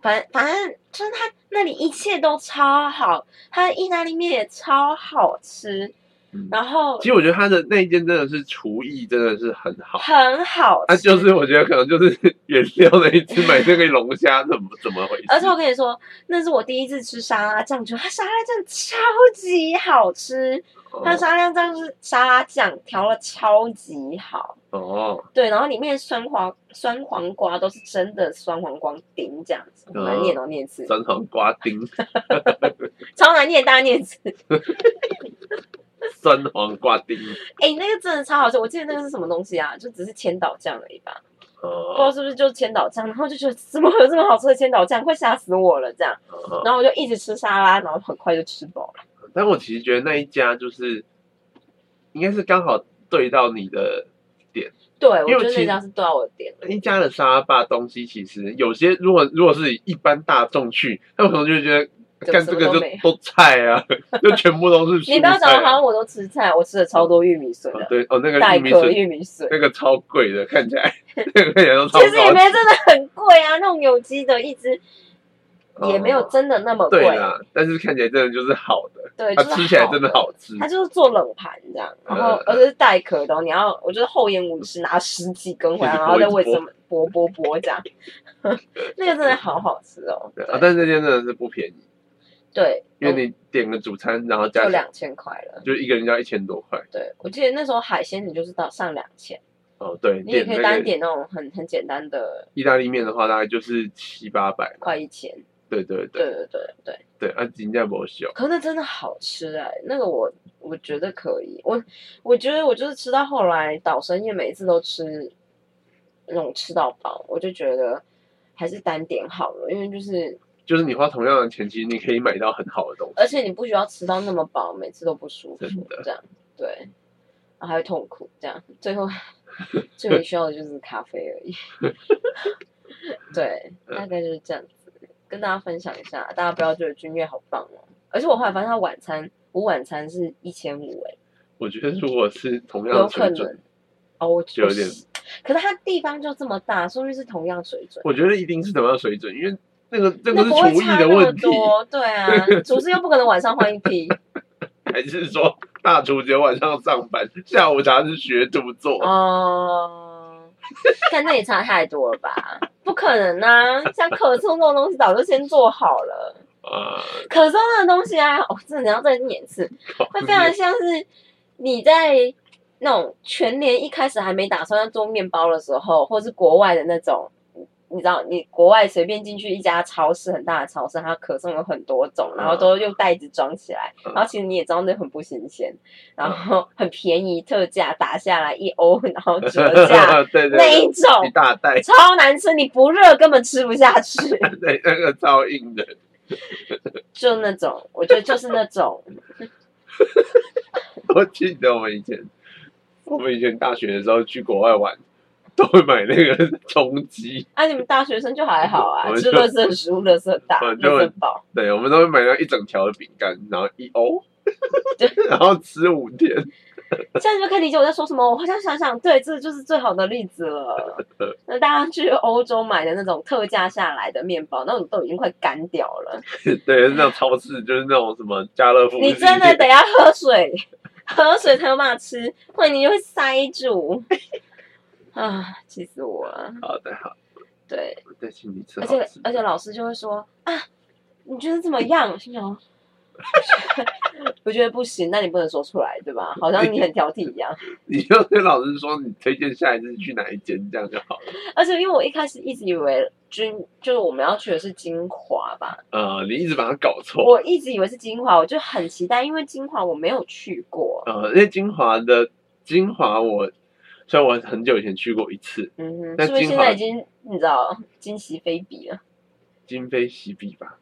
Speaker 1: 反反正就是他那里一切都超好，他的意大利面也超好吃，
Speaker 2: 嗯
Speaker 1: 然后
Speaker 2: 其实我觉得他的那一间真的是厨艺真的是很好。
Speaker 1: 很好吃。
Speaker 2: 啊，就是我觉得可能就是原料那一只买这个龙虾怎么怎么回事？
Speaker 1: 而且我跟你说，那是我第一次吃沙拉酱，觉得它沙拉酱超级好吃。它
Speaker 2: 哦
Speaker 1: 沙拉酱就是沙拉酱调了超级好，
Speaker 2: 哦，
Speaker 1: 对，然后里面酸黄酸黄瓜都是真的酸黄瓜丁这样子，很难念哦，念字
Speaker 2: 嗯酸黄瓜 丁，
Speaker 1: 超难念，大家念字。
Speaker 2: 酸黄瓜丁，
Speaker 1: 哎、那个真的超好吃，我记得那个是什么东西啊？就只是千岛酱而已吧，不知道
Speaker 2: 哦，
Speaker 1: 是不是就是千岛酱，然后就觉得怎么会有这么好吃的千岛酱，快吓死我了这样，
Speaker 2: 哦
Speaker 1: 然后我就一直吃沙拉，然后很快就吃饱了。
Speaker 2: 但我其实觉得那一家就是应该是刚好对到你的
Speaker 1: 对，
Speaker 2: 因为
Speaker 1: 我觉得
Speaker 2: 其
Speaker 1: 那
Speaker 2: 实
Speaker 1: 家是多少点的，
Speaker 2: 那一家的沙拉吧东西，其实有些如果如果是以一般大众去，他们可能就会觉得。
Speaker 1: 怎么
Speaker 2: 干
Speaker 1: 什
Speaker 2: 这
Speaker 1: 么
Speaker 2: 个
Speaker 1: 都
Speaker 2: 就
Speaker 1: 没有
Speaker 2: 都菜啊，就全部都是蔬菜。
Speaker 1: 你不要讲得好像我都吃菜，我吃了超多玉米笋
Speaker 2: 哦
Speaker 1: 的，
Speaker 2: 对哦，那个
Speaker 1: 带
Speaker 2: 玉米
Speaker 1: 壳
Speaker 2: 笋，
Speaker 1: 玉米笋，
Speaker 2: 那个超贵的，看起来 那个看起来都超
Speaker 1: 其
Speaker 2: 高
Speaker 1: 实也没
Speaker 2: 级
Speaker 1: 真的很贵啊，那种有机的一只也没有
Speaker 2: 哦
Speaker 1: 真的那么贵
Speaker 2: 对，啦，但是看起来真的就是好的，
Speaker 1: 对，
Speaker 2: 它
Speaker 1: 就是
Speaker 2: 吃起来真的
Speaker 1: 好
Speaker 2: 好吃。
Speaker 1: 它就是做冷盘这样，然后
Speaker 2: 嗯呃
Speaker 1: 而且是带壳的哦，你要我就是厚颜无耻拿十几根 回来，然后再为什么剥剥剥这样， 那个真的好好吃 哦，
Speaker 2: 对啊，但是那间真的是不便宜，
Speaker 1: 对，
Speaker 2: 因为你点个主餐，然后
Speaker 1: 哦就
Speaker 2: 加起来
Speaker 1: 两千块了。
Speaker 2: 就一个人要一千多块。
Speaker 1: 对，我记得那时候海鲜你就是到上两千，
Speaker 2: 哦，对，
Speaker 1: 你也
Speaker 2: 点
Speaker 1: 可
Speaker 2: 那
Speaker 1: 以单
Speaker 2: 个
Speaker 1: 点那种很很简单的，
Speaker 2: 意大利面的话，大概就是七八百嘛。
Speaker 1: 快一千。
Speaker 2: 对对
Speaker 1: 对
Speaker 2: 对
Speaker 1: 对对对，
Speaker 2: 对，啊，金价不小。
Speaker 1: 可是那真的好吃哎、那个我我觉得可以，我我觉得我就是吃到后来岛深夜每一次都吃那种吃到饱，我就觉得还是单点好了，因为就是
Speaker 2: 就是你花同样的钱，其实你可以买到很好的东西。
Speaker 1: 而且你不需要吃到那么饱，每次都不舒服
Speaker 2: 真的，
Speaker 1: 这样对，然后还会痛苦，这样最 后最后需要的就是咖啡而已。对，
Speaker 2: 嗯
Speaker 1: 大概就是这样子，跟大家分享一下，大家不要觉得君悦好棒哦。而且我后来发现，他晚餐我晚餐是一千五哎，
Speaker 2: 我觉得如果是同样
Speaker 1: 有
Speaker 2: 的
Speaker 1: 可
Speaker 2: 水
Speaker 1: 能
Speaker 2: 准，
Speaker 1: 哦，我
Speaker 2: 就有点
Speaker 1: 我是可是它地方就这么大，说不定是同样水准。
Speaker 2: 我觉得一定是同样的水准，因为那个这个
Speaker 1: 那
Speaker 2: 是
Speaker 1: 不会
Speaker 2: 厨艺
Speaker 1: 差
Speaker 2: 的
Speaker 1: 那么
Speaker 2: 问题，
Speaker 1: 多，对 啊，厨师又不可能晚上换一批
Speaker 2: 还是说大厨只有晚上上班，下午茶是学徒做？
Speaker 1: 哦，但那也差太多了吧？不可能啊！像可颂这种东西早就先做好了，
Speaker 2: 啊，
Speaker 1: 可颂这种东西啊，哦，真的你要再念一次，它非常像是你在那种全年一开始还没打算要做面包的时候，或是国外的那种。你知道，你国外随便进去一家超市，很大的超市，它可颂有很多种，然后都用袋子装起来，
Speaker 2: 嗯
Speaker 1: 然后其实你也知道那很不新鲜，然后很便宜，特价打下来一欧，然后折价，
Speaker 2: 对对
Speaker 1: 那
Speaker 2: 对，
Speaker 1: 一种
Speaker 2: 一大袋，
Speaker 1: 超难吃，你不热根本吃不下去。
Speaker 2: 对那个超硬的，
Speaker 1: 就那种，我觉得就是那种，
Speaker 2: 我记得我们以前，我们以前大学的时候去国外玩，都会买那个充饥，
Speaker 1: 啊，你们大学生就还好啊
Speaker 2: 我，
Speaker 1: 吃
Speaker 2: 就
Speaker 1: 垃圾食物、垃圾大、
Speaker 2: 我
Speaker 1: 垃
Speaker 2: 就
Speaker 1: 圾包，
Speaker 2: 对，我们都会买到一整条的饼干，然后一 欧
Speaker 1: 对，
Speaker 2: 然后吃五天。
Speaker 1: 这样你就可以理解我在说什么。我好像想想，对，这就是最好的例子了。 那大家去欧洲买的那种特价下来的面包，那种都已经快干掉了。
Speaker 2: 对，那种超市就是那种什么家乐福，
Speaker 1: 你真的得要喝水，喝水才有办法吃，不然你就会塞 住。啊，气死我了！
Speaker 2: 好的好，
Speaker 1: 对，
Speaker 2: 我再请你吃
Speaker 1: 而
Speaker 2: 好
Speaker 1: 且
Speaker 2: 吃的。
Speaker 1: 而且老师就会说啊，你觉得怎么样？心想， 我觉得不行，那你不能说出来，对吧？好像你很挑剔一样。
Speaker 2: 你就跟老师说你推荐下一次去哪一间，这样就好了。
Speaker 1: 而且因为我一开始一直以为军就是我们要去的是金华吧，
Speaker 2: 呃，你一直把它搞错。
Speaker 1: 我一直以为是金华，我就很期待，因为金华我没有去过。
Speaker 2: 呃，因为金华的金华我。虽然我很久以前去过一次，
Speaker 1: 嗯哼，
Speaker 2: 那
Speaker 1: 是不是
Speaker 2: 金
Speaker 1: 现
Speaker 2: 华
Speaker 1: 在已经你知道今夕非比了？
Speaker 2: 今非昔比吧，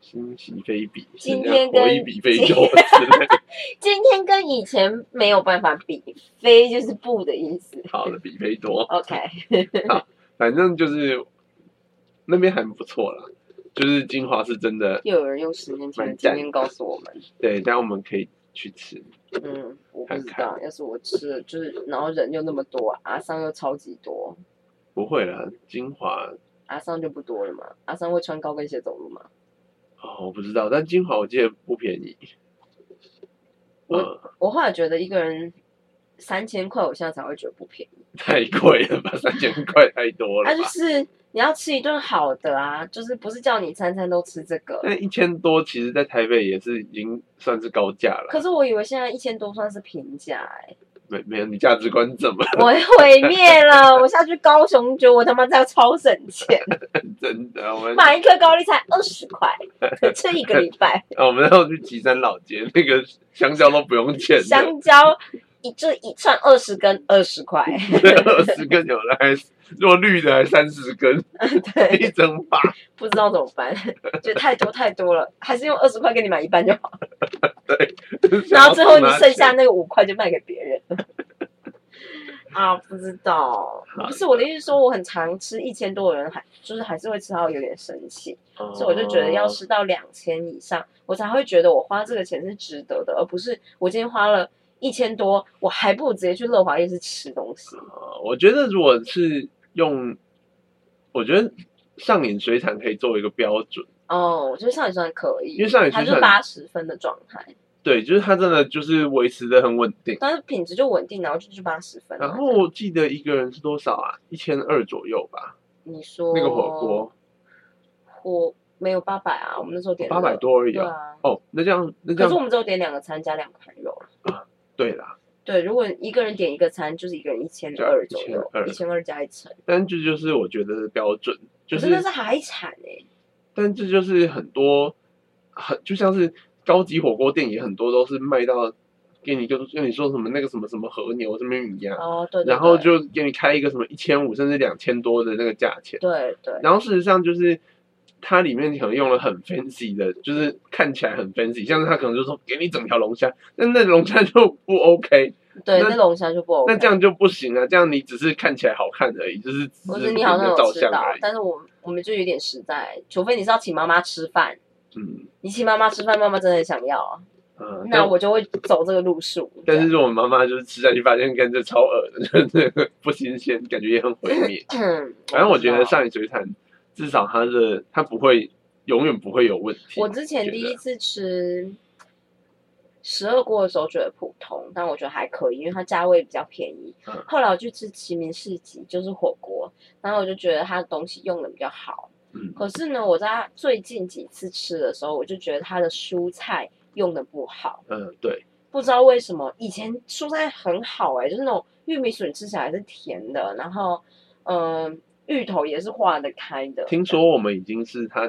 Speaker 2: 今昔非比，
Speaker 1: 今天跟
Speaker 2: 国一比非洲之类的
Speaker 1: 今天跟以前没有办法比，非就是不的意思。
Speaker 2: 好的比非多。
Speaker 1: OK，
Speaker 2: 反正就是那边还不错啦，就是金华是真的，
Speaker 1: 又有人用十年前的
Speaker 2: 蛮赞
Speaker 1: 经验告诉我们。
Speaker 2: 对，但我们可以去吃。
Speaker 1: 嗯，我不
Speaker 2: 看
Speaker 1: 知
Speaker 2: 看
Speaker 1: 道，要是我吃了，就是然后人又那么多，阿桑又超级多，
Speaker 2: 不会啦，金华
Speaker 1: 阿桑就不多了嘛。阿桑会穿高跟鞋走路吗？
Speaker 2: 哦，我不知道，但金华我记得不便宜。呃，
Speaker 1: 我后来觉得一个人三千块，我现在才会觉得不便宜。
Speaker 2: 太贵了吧，三千块太多
Speaker 1: 它
Speaker 2: 了
Speaker 1: 就
Speaker 2: 吧？
Speaker 1: 是你要吃一顿好的啊，就是不是叫你餐餐都吃这个。
Speaker 2: 那一千多，其实在台北也是已经算是高价
Speaker 1: 可
Speaker 2: 了。
Speaker 1: 是我以为现在一千多算是平价 哎、
Speaker 2: 没没有，你价值观怎么
Speaker 1: 我毁灭了！我下去高雄就我他妈在超省钱，
Speaker 2: 真的？我们
Speaker 1: 买一颗高丽菜二十块，吃一个礼 拜，
Speaker 2: 啊，我们要去岐山老街，那个香蕉都不用钱的，
Speaker 1: 香蕉一这一串二十根二十块，
Speaker 2: 二十根有的还如果绿的还三十根，
Speaker 1: 对，
Speaker 2: 一整把。
Speaker 1: 不知道怎么办，就太多太多了，还是用二十块给你买一半就好，然后最后你剩下那个五块就卖给别人。 啊，不知道，不是我的意思是说，我很常吃一千多的人还就是还是会吃到有点生气，
Speaker 2: 哦，
Speaker 1: 所以我就觉得要吃到两千以上，我才会觉得我花这个钱是值得的，而不是我今天花了一千多，我还不如直接去乐华夜市吃东西。
Speaker 2: 呃我觉得如果是用，我觉得上瘾水产可以作为一个标准，
Speaker 1: 哦，我觉得上也算可以，
Speaker 2: 因为上瘾
Speaker 1: 它
Speaker 2: 水
Speaker 1: 就
Speaker 2: 产
Speaker 1: 八十分的状态，
Speaker 2: 对，就是它真的就是维持的很稳定。
Speaker 1: 但是品质就稳定，然后就是八十分啊。
Speaker 2: 然后我记得一个人是多少啊？一千二左右吧，
Speaker 1: 你说
Speaker 2: 那个火锅
Speaker 1: 火没有八百啊，我们那时候哦点
Speaker 2: 八百多而已
Speaker 1: 对
Speaker 2: 啊。
Speaker 1: 啊。
Speaker 2: 哦，那这样那这
Speaker 1: 可是我
Speaker 2: 样
Speaker 1: 们只有点两个餐加两个朋友啊
Speaker 2: 对啦，
Speaker 1: 对，如果一个人点一个餐，就是一个人一千
Speaker 2: 对啊
Speaker 1: 二左右，
Speaker 2: 1200
Speaker 1: 一千二加一层，
Speaker 2: 但这就是我觉得的标准，就
Speaker 1: 可是那是海产哎、
Speaker 2: 但这就是很多很就像是高级火锅店也很多都是卖到给你就是跟你说什么那个什么什么和牛什么米呀、
Speaker 1: 哦，对对对，
Speaker 2: 然后就给你开一个什么一千五甚至两千多的那个价钱，
Speaker 1: 对对，
Speaker 2: 然后事实上就是。它里面可能用了很 fancy 的，就是看起来很 fancy，像是它可能就说给你整条龙虾，但那龙虾就不 OK，
Speaker 1: 对
Speaker 2: 那
Speaker 1: 那龙虾就不 OK。
Speaker 2: 那这样就不行啊！这样你只是看起来好看而已，就是只
Speaker 1: 我
Speaker 2: 是
Speaker 1: 觉得你
Speaker 2: 给
Speaker 1: 好
Speaker 2: 人
Speaker 1: 像
Speaker 2: 家
Speaker 1: 有
Speaker 2: 照
Speaker 1: 吃
Speaker 2: 相
Speaker 1: 到
Speaker 2: 而，已。
Speaker 1: 但是我我们就有点实在，除非你是要请妈妈吃饭，
Speaker 2: 嗯
Speaker 1: 你请妈妈吃饭，妈妈真的很想要啊，
Speaker 2: 嗯，
Speaker 1: 那
Speaker 2: 但
Speaker 1: 我就会走这个路数。。
Speaker 2: 但是我妈妈就是吃下去发现跟这超恶的，就是不新鲜，感觉也很毁灭
Speaker 1: 反
Speaker 2: 反正我觉得上海水产至少它的它不会永远不会有问题。
Speaker 1: 我之前第一次吃十二锅的时候觉得普通，但我觉得还可以，因为它价位比较便宜。
Speaker 2: 嗯
Speaker 1: 后来我去吃齐民市集，就是火锅，然后我就觉得它的东西用的比较好。
Speaker 2: 嗯
Speaker 1: 可是呢，我在最近几次吃的时候，我就觉得它的蔬菜用的不好，
Speaker 2: 嗯对，
Speaker 1: 不知道为什么。以前蔬菜很好哎、就是那种玉米笋吃起来是甜的，然后嗯、呃芋头也是化得开的。
Speaker 2: 听说我们已经是它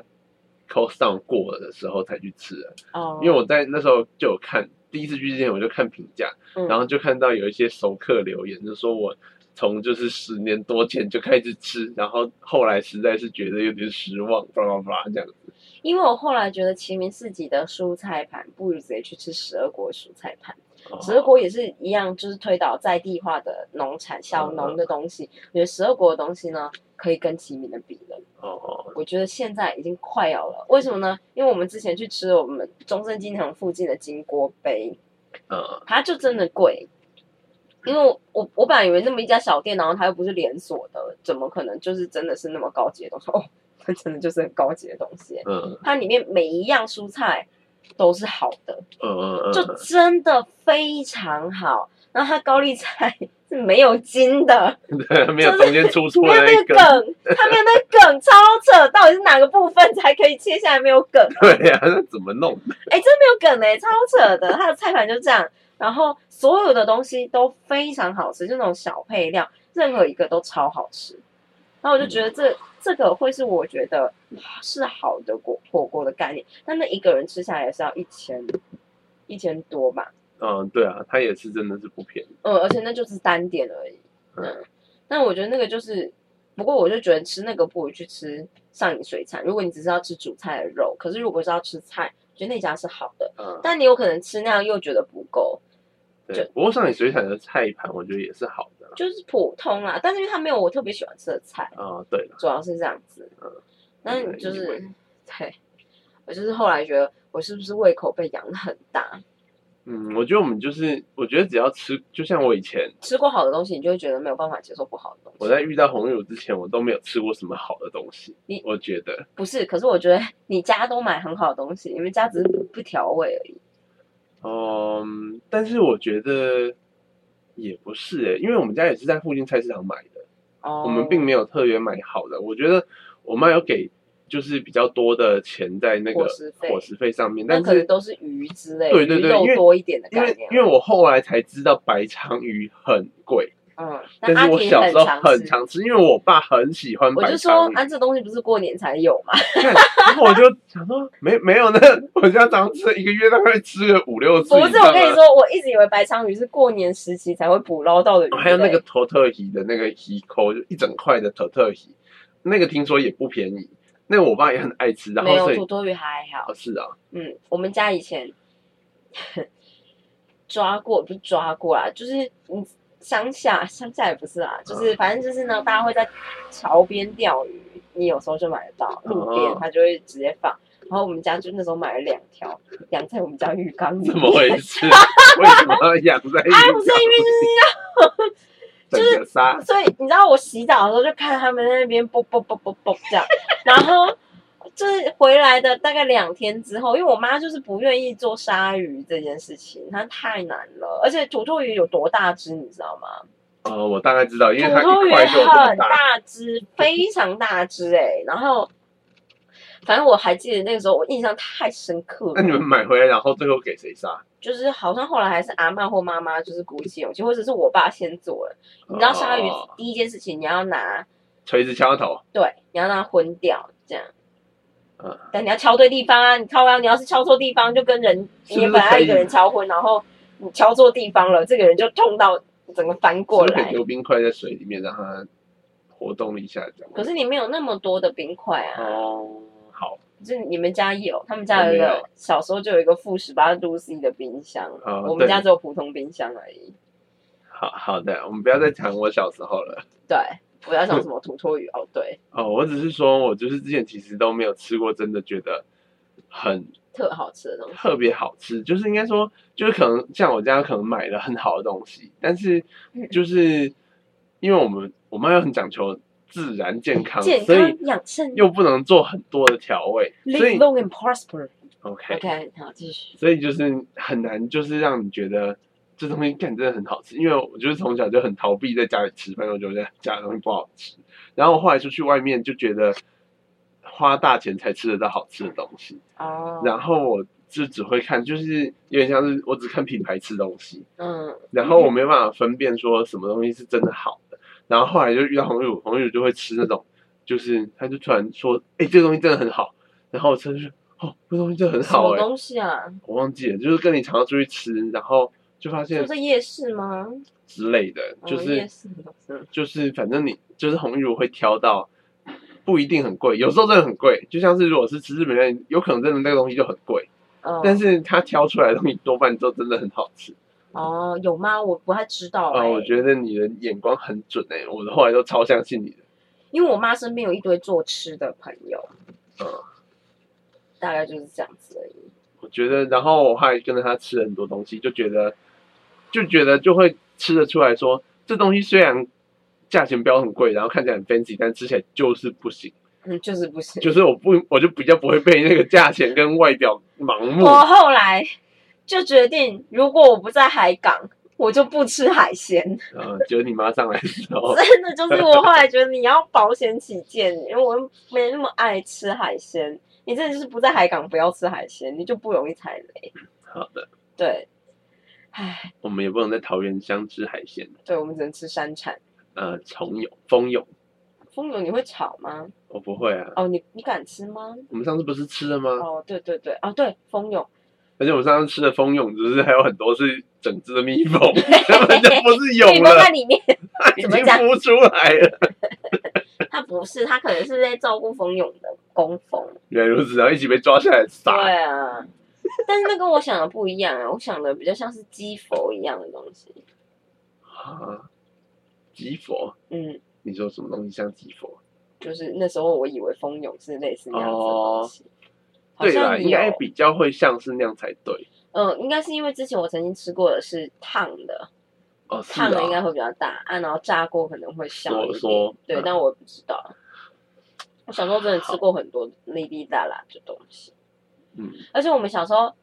Speaker 2: cost down 过了的时候才去吃的，
Speaker 1: 哦，
Speaker 2: 因为我在那时候就有看第一次去之前我就看评价，
Speaker 1: 嗯
Speaker 2: 然后就看到有一些熟客留言就说我。从就是十年多前就开始吃，然后后来实在是觉得有点失望，巴拉巴拉这样子。
Speaker 1: 因为我后来觉得齐名四季的蔬菜盘不如直接去吃十二国蔬菜盘，十二
Speaker 2: 哦
Speaker 1: 国也是一样，就是推导在地化的农产小农的东西。我觉得十二国的东西呢，可以跟齐名的比了。
Speaker 2: 哦，
Speaker 1: 我觉得现在已经快要了，为什么呢？因为我们之前去吃我们中正纪念堂附近的金锅杯，
Speaker 2: 呃，
Speaker 1: 它就真的贵。因为我我本来以为那么一家小店，然后它又不是连锁的，怎么可能就是真的是那么高级的东西？哦， 它真的就是很高级的东西。啊
Speaker 2: 嗯
Speaker 1: 它里面每一样蔬菜都是好的，
Speaker 2: 嗯嗯
Speaker 1: 就
Speaker 2: 嗯，
Speaker 1: 真的非常好。然后它高丽菜是没有筋的，
Speaker 2: 对， 没有中间出错
Speaker 1: 没
Speaker 2: 的
Speaker 1: 有
Speaker 2: 那
Speaker 1: 那
Speaker 2: 一
Speaker 1: 个
Speaker 2: 根，
Speaker 1: 梗，它没有那个梗，超扯！到底是哪个部分才可以切下来没有梗？
Speaker 2: 对呀、那怎么弄？
Speaker 1: 哎、真的没有梗哎、超扯的。它的菜盘就这样，然后所有的东西都非常好吃，就那种小配料，任何一个都超好吃。然后我就觉得这、这个会是我觉得是好的火火锅的概念，但那一个人吃下来也是要一千一千多吧，
Speaker 2: 嗯，对啊，它也是真的是不便宜，
Speaker 1: 嗯，而且那就是单点而已。嗯，那我觉得那个就是，不过我就觉得吃那个不如去吃上饮水产。如果你只是要吃主菜的肉，可是如果是要吃菜，我觉得那家是好的。
Speaker 2: 嗯，
Speaker 1: 但你有可能吃那样又觉得不够，
Speaker 2: 对。不过上海水产的菜盘，我觉得也是好的啦。
Speaker 1: 就是普通啦。但是因为它没有我特别喜欢吃的菜，
Speaker 2: 啊、对了，
Speaker 1: 主要是这样子
Speaker 2: 嗯。
Speaker 1: 那
Speaker 2: 对
Speaker 1: 你就
Speaker 2: 因
Speaker 1: 是
Speaker 2: 为
Speaker 1: 对，我就是后来觉得我是不是胃口被养得很大？
Speaker 2: 嗯，我觉得我们就是，我觉得只要吃，就像我以前
Speaker 1: 吃过好的东西，你就会觉得没有办法接受不好的东西。
Speaker 2: 我在遇到红友之前，我都没有吃过什么好的东西
Speaker 1: 你。
Speaker 2: 我觉得
Speaker 1: 不是，可是我觉得你家都买很好的东西，你们家只是不不调味而已。
Speaker 2: 嗯，但是我觉得也不是欸诶、因为我们家也是在附近菜市场买的，
Speaker 1: 哦，
Speaker 2: 我们并没有特别买好的。我觉得我妈有给就是比较多的钱在那个
Speaker 1: 伙食费
Speaker 2: 伙食费上面，
Speaker 1: 那
Speaker 2: 但
Speaker 1: 可能
Speaker 2: 是
Speaker 1: 都是鱼之类，
Speaker 2: 对对对
Speaker 1: 鱼肉
Speaker 2: 因为
Speaker 1: 多一点的
Speaker 2: 因
Speaker 1: 概
Speaker 2: 为
Speaker 1: 念。
Speaker 2: 因为我后来才知道白鲳鱼很贵，
Speaker 1: 嗯，
Speaker 2: 但
Speaker 1: 阿
Speaker 2: 是我
Speaker 1: 婷
Speaker 2: 小时候很
Speaker 1: 吃。
Speaker 2: 常吃，因为我爸很喜欢
Speaker 1: 我
Speaker 2: 白
Speaker 1: 就说
Speaker 2: 鲳，鱼，
Speaker 1: 啊，这东西不是过年才有嘛？
Speaker 2: 看然后我就想说没没有那我家常吃一个月大概吃个五六次
Speaker 1: 不
Speaker 2: 以上啊，
Speaker 1: 是，我跟你说，我一直以为白鲳鱼是过年时期才会捕捞到的鱼类。
Speaker 2: 哦还有那个头特鱼的那个鱼扣，就一整块的头特鱼，那个听说也不便宜。那个我爸也很爱吃，然
Speaker 1: 没有
Speaker 2: 后所以
Speaker 1: 土托鱼还好
Speaker 2: 哦。是啊，
Speaker 1: 嗯，我们家以前 抓过，不是抓过啦，就是嗯，乡下乡下也不是
Speaker 2: 啊
Speaker 1: 啦，就是反正就是呢，大家会在桥边钓鱼，你有时候就买得到，路边
Speaker 2: 哦
Speaker 1: 他就会直接放。然后我们家就那时候买了两条，养在我们家浴缸里面。
Speaker 2: 怎么回 事？为什么要养在？
Speaker 1: 哎，不是因为就是
Speaker 2: 整个沙，
Speaker 1: 所以你知道我洗澡的时候就看他们在那边啵啵啵啵啵这样，然后就是回来的大概两天之后，因为我妈就是不愿意做鲨鱼这件事情，它太难了，而且土托鱼有多大只你知道吗？
Speaker 2: 呃，我大概知道，因为它
Speaker 1: 土托
Speaker 2: 一
Speaker 1: 鱼
Speaker 2: 块就有这么
Speaker 1: 很
Speaker 2: 大，
Speaker 1: 大只，非常大只哎、然后反正我还记得那个时候我印象太深刻了。
Speaker 2: 那你们买回来，然后最后给谁杀？
Speaker 1: 就是好像后来还是阿嬷或妈妈就是鼓起勇气，或者是我爸先做了。你知道鲨鱼
Speaker 2: 哦
Speaker 1: 第一件事情你要拿
Speaker 2: 锤子敲头，
Speaker 1: 对，你要让它昏掉，这样。
Speaker 2: 嗯
Speaker 1: 但你要敲对地方啊！你靠腰，你要是敲错地方，就跟人，
Speaker 2: 是不是
Speaker 1: 你本来
Speaker 2: 可以
Speaker 1: 一个人敲昏，然后你敲错地方了，这个人就痛到整个翻过
Speaker 2: 是不是可
Speaker 1: 来
Speaker 2: 以。丢冰块在水里面让它活动一下，这样。
Speaker 1: 可是你没有那么多的冰块啊，
Speaker 2: 哦，好
Speaker 1: 就是你们家有，他们家有一
Speaker 2: 我没
Speaker 1: 个
Speaker 2: 有
Speaker 1: 小时候就有一个负十八度 C 的冰箱，啊
Speaker 2: 哦
Speaker 1: 我们家
Speaker 2: 对
Speaker 1: 只有普通冰箱而已。
Speaker 2: 好好的，我们不要再讲我小时候了。
Speaker 1: 对，我在想什么土托鱼哦，对，
Speaker 2: 哦，我只是说，我就是之前其实都没有吃过，真的觉得很
Speaker 1: 特好吃的东西。
Speaker 2: 特别 好吃。就是应该说，就是可能像我家可能买了很好的东西，但是
Speaker 1: 嗯
Speaker 2: 就是因为我们我妈又很讲求自然健康，
Speaker 1: 健
Speaker 2: 所以
Speaker 1: 康养生
Speaker 2: 又不能做很多的调味，所
Speaker 1: ，Live
Speaker 2: 以哎
Speaker 1: long and prosper。
Speaker 2: OK，
Speaker 1: OK，好，继续。
Speaker 2: 所以就是很难，就是让你觉得。这东西干真的很好吃，因为我就是从小就很逃避在家里吃饭，我觉得家里东西不好吃。然后我后来出去外面就觉得花大钱才吃得到好吃的东西，
Speaker 1: 哦，
Speaker 2: 然后我就只会看，就是有点像是我只看品牌吃东西，
Speaker 1: 嗯，
Speaker 2: 然后我没办法分辨说什么东西是真的好的。然后后来就遇到红玉，红玉就会吃那种，就是他就突然说：“哎、这个东西真的很好。”然后我真的是哦，这个东西真的很
Speaker 1: 什
Speaker 2: 好
Speaker 1: 么
Speaker 2: 哎、
Speaker 1: 东西啊？
Speaker 2: 我忘记了，就是跟你常常出去吃，然后就发
Speaker 1: 就
Speaker 2: 现
Speaker 1: 是夜市吗？
Speaker 2: 之类的，就
Speaker 1: 哦、
Speaker 2: 是、
Speaker 1: 夜市，嗯
Speaker 2: 就是反正你就是红玉，我会挑到不一定很贵，有时候真的很贵。就像是如果是吃日本料理，有可能真的那个东西就很贵，
Speaker 1: 哦
Speaker 2: 但是他挑出来的东西多半都真的很好吃。
Speaker 1: 哦，有吗？我不太知道、
Speaker 2: 啊，
Speaker 1: 欸。
Speaker 2: 我觉得你的眼光很准哎、我后来都超相信你的。
Speaker 1: 因为我妈身边有一堆做吃的朋友，
Speaker 2: 嗯
Speaker 1: 大概就是这样子而已。
Speaker 2: 我觉得，然后我还跟着他吃了很多东西，就觉得就觉得就会吃得出来说，这东西虽然价钱标很贵，然后看起来很 fancy，但吃起来就是不行。
Speaker 1: 嗯，就是不行。
Speaker 2: 就是我不，我就比较不会被那个价钱跟外表盲目。
Speaker 1: 我后来就决定，如果我不在海港，我就不吃海鲜。
Speaker 2: 嗯，就是你妈上来的时候，
Speaker 1: 真的就是我后来觉得你要保险起见，因为我又没那么爱吃海鲜。你真的就是不在海港不要吃海鲜，你就不容易踩雷。
Speaker 2: 好的，
Speaker 1: 对，唉，
Speaker 2: 我们也不能在桃园乡吃海鲜，
Speaker 1: 对我们只能吃山产。
Speaker 2: 呃，虫蛹、蜂蛹，
Speaker 1: 蜂蛹你会炒吗？
Speaker 2: 我不会啊。
Speaker 1: 哦，你你敢吃吗？
Speaker 2: 我们上次不是吃了吗？
Speaker 1: 哦，对对对，哦对，蜂蛹。
Speaker 2: 而且我们上次吃的蜂蛹，就是还有很多是整只的 蜜蜂，根本就不是蛹
Speaker 1: 你放在
Speaker 2: 了，
Speaker 1: 里面，
Speaker 2: 它已
Speaker 1: 怎么
Speaker 2: 经
Speaker 1: 讲
Speaker 2: 孵出来了。
Speaker 1: 它不是，它可能是在照顾蜂蛹的工蜂。
Speaker 2: 原来如此，然后一起被抓下来
Speaker 1: 对
Speaker 2: 杀。
Speaker 1: 啊，但是那跟我想的不一样啊，我想的比较像是鸡佛一样的东西。
Speaker 2: 啊，鸡佛，
Speaker 1: 嗯，
Speaker 2: 你说什么东西像鸡佛？
Speaker 1: 就是那时候我以为蜂蛹是类似那样子的东西。好
Speaker 2: 哦对啦，
Speaker 1: 像
Speaker 2: 应
Speaker 1: 有，
Speaker 2: 该比较会像是那样才对。
Speaker 1: 嗯、应该是因为之前我曾经吃过的是烫的，
Speaker 2: 哦，是
Speaker 1: 烫的应该
Speaker 2: 啊，
Speaker 1: 会比较大啊，然后炸过可能会小一
Speaker 2: 说
Speaker 1: 点。
Speaker 2: 说，
Speaker 1: 对，
Speaker 2: 嗯
Speaker 1: 但我也不知道。我小时候真的吃过很多哩哩啦啦的东西。
Speaker 2: 嗯，
Speaker 1: 而且我们小时候，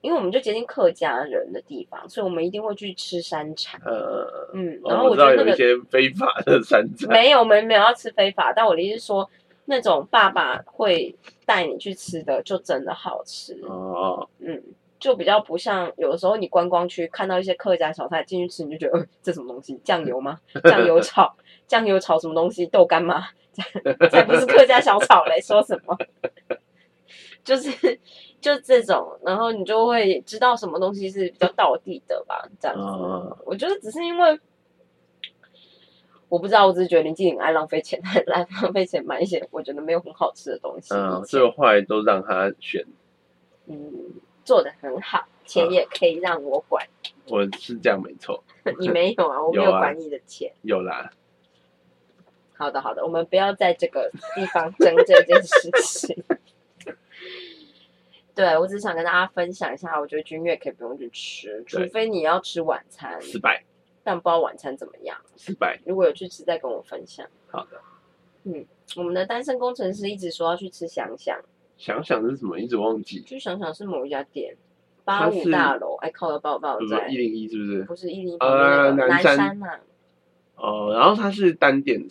Speaker 1: 因为我们就接近客家人的地方，所以我们一定会去吃山产。
Speaker 2: 呃，
Speaker 1: 嗯，然
Speaker 2: 哦
Speaker 1: 后
Speaker 2: 我
Speaker 1: 我
Speaker 2: 知
Speaker 1: 觉得
Speaker 2: 道
Speaker 1: 那
Speaker 2: 有一
Speaker 1: 个
Speaker 2: 些非法的山寨，
Speaker 1: 没有没没有要吃非法，但我的意思是说，那种爸爸会带你去吃的，就真的好吃。
Speaker 2: 哦。
Speaker 1: 嗯，就比较不像有的时候你观光区看到一些客家小菜进去吃，你就觉得，呃，这什么东西？酱油吗？酱油炒酱油炒什么东西？豆干吗？ 才不是客家小炒嘞，说什么？ 就是就这种，然后你就会知道什么东西是比较道地的吧，这样子。
Speaker 2: 嗯
Speaker 1: 我觉得只是因为我不知道，我只是觉得林志颖爱浪费钱， 来浪费钱买一些我觉得没有很好吃的东西。
Speaker 2: 嗯，
Speaker 1: 以
Speaker 2: 所
Speaker 1: 前
Speaker 2: 以我后来都让他选，
Speaker 1: 嗯，做的很好，钱也可以让我 管，
Speaker 2: 我是这样没错，
Speaker 1: 你没有 啊，我没有
Speaker 2: 有啊
Speaker 1: 管你的钱。
Speaker 2: 有啦，
Speaker 1: 好的，好的，我们不要在这个地方争这件事情。 对，我只想跟大家分享一下，我觉得君悦可以不用去吃，除
Speaker 2: 对
Speaker 1: 非你要吃晚餐，
Speaker 2: 失败，
Speaker 1: 但不知道晚餐怎么样。
Speaker 2: 失败，
Speaker 1: 如果有去吃，再跟我分享。
Speaker 2: 好的。
Speaker 1: 我们的单身工程师一直说要去吃想想，
Speaker 2: 想想是什么，一直忘记，
Speaker 1: 去想想是某一家店，八
Speaker 2: 它
Speaker 1: 五
Speaker 2: 是
Speaker 1: 大楼，哎，靠的抱抱
Speaker 2: 不
Speaker 1: 在
Speaker 2: 是一，零一是不是？
Speaker 1: 不是一零
Speaker 2: 呃
Speaker 1: 那个
Speaker 2: 南
Speaker 1: 南
Speaker 2: 山
Speaker 1: 山啊呐，
Speaker 2: 哦，然后它是单点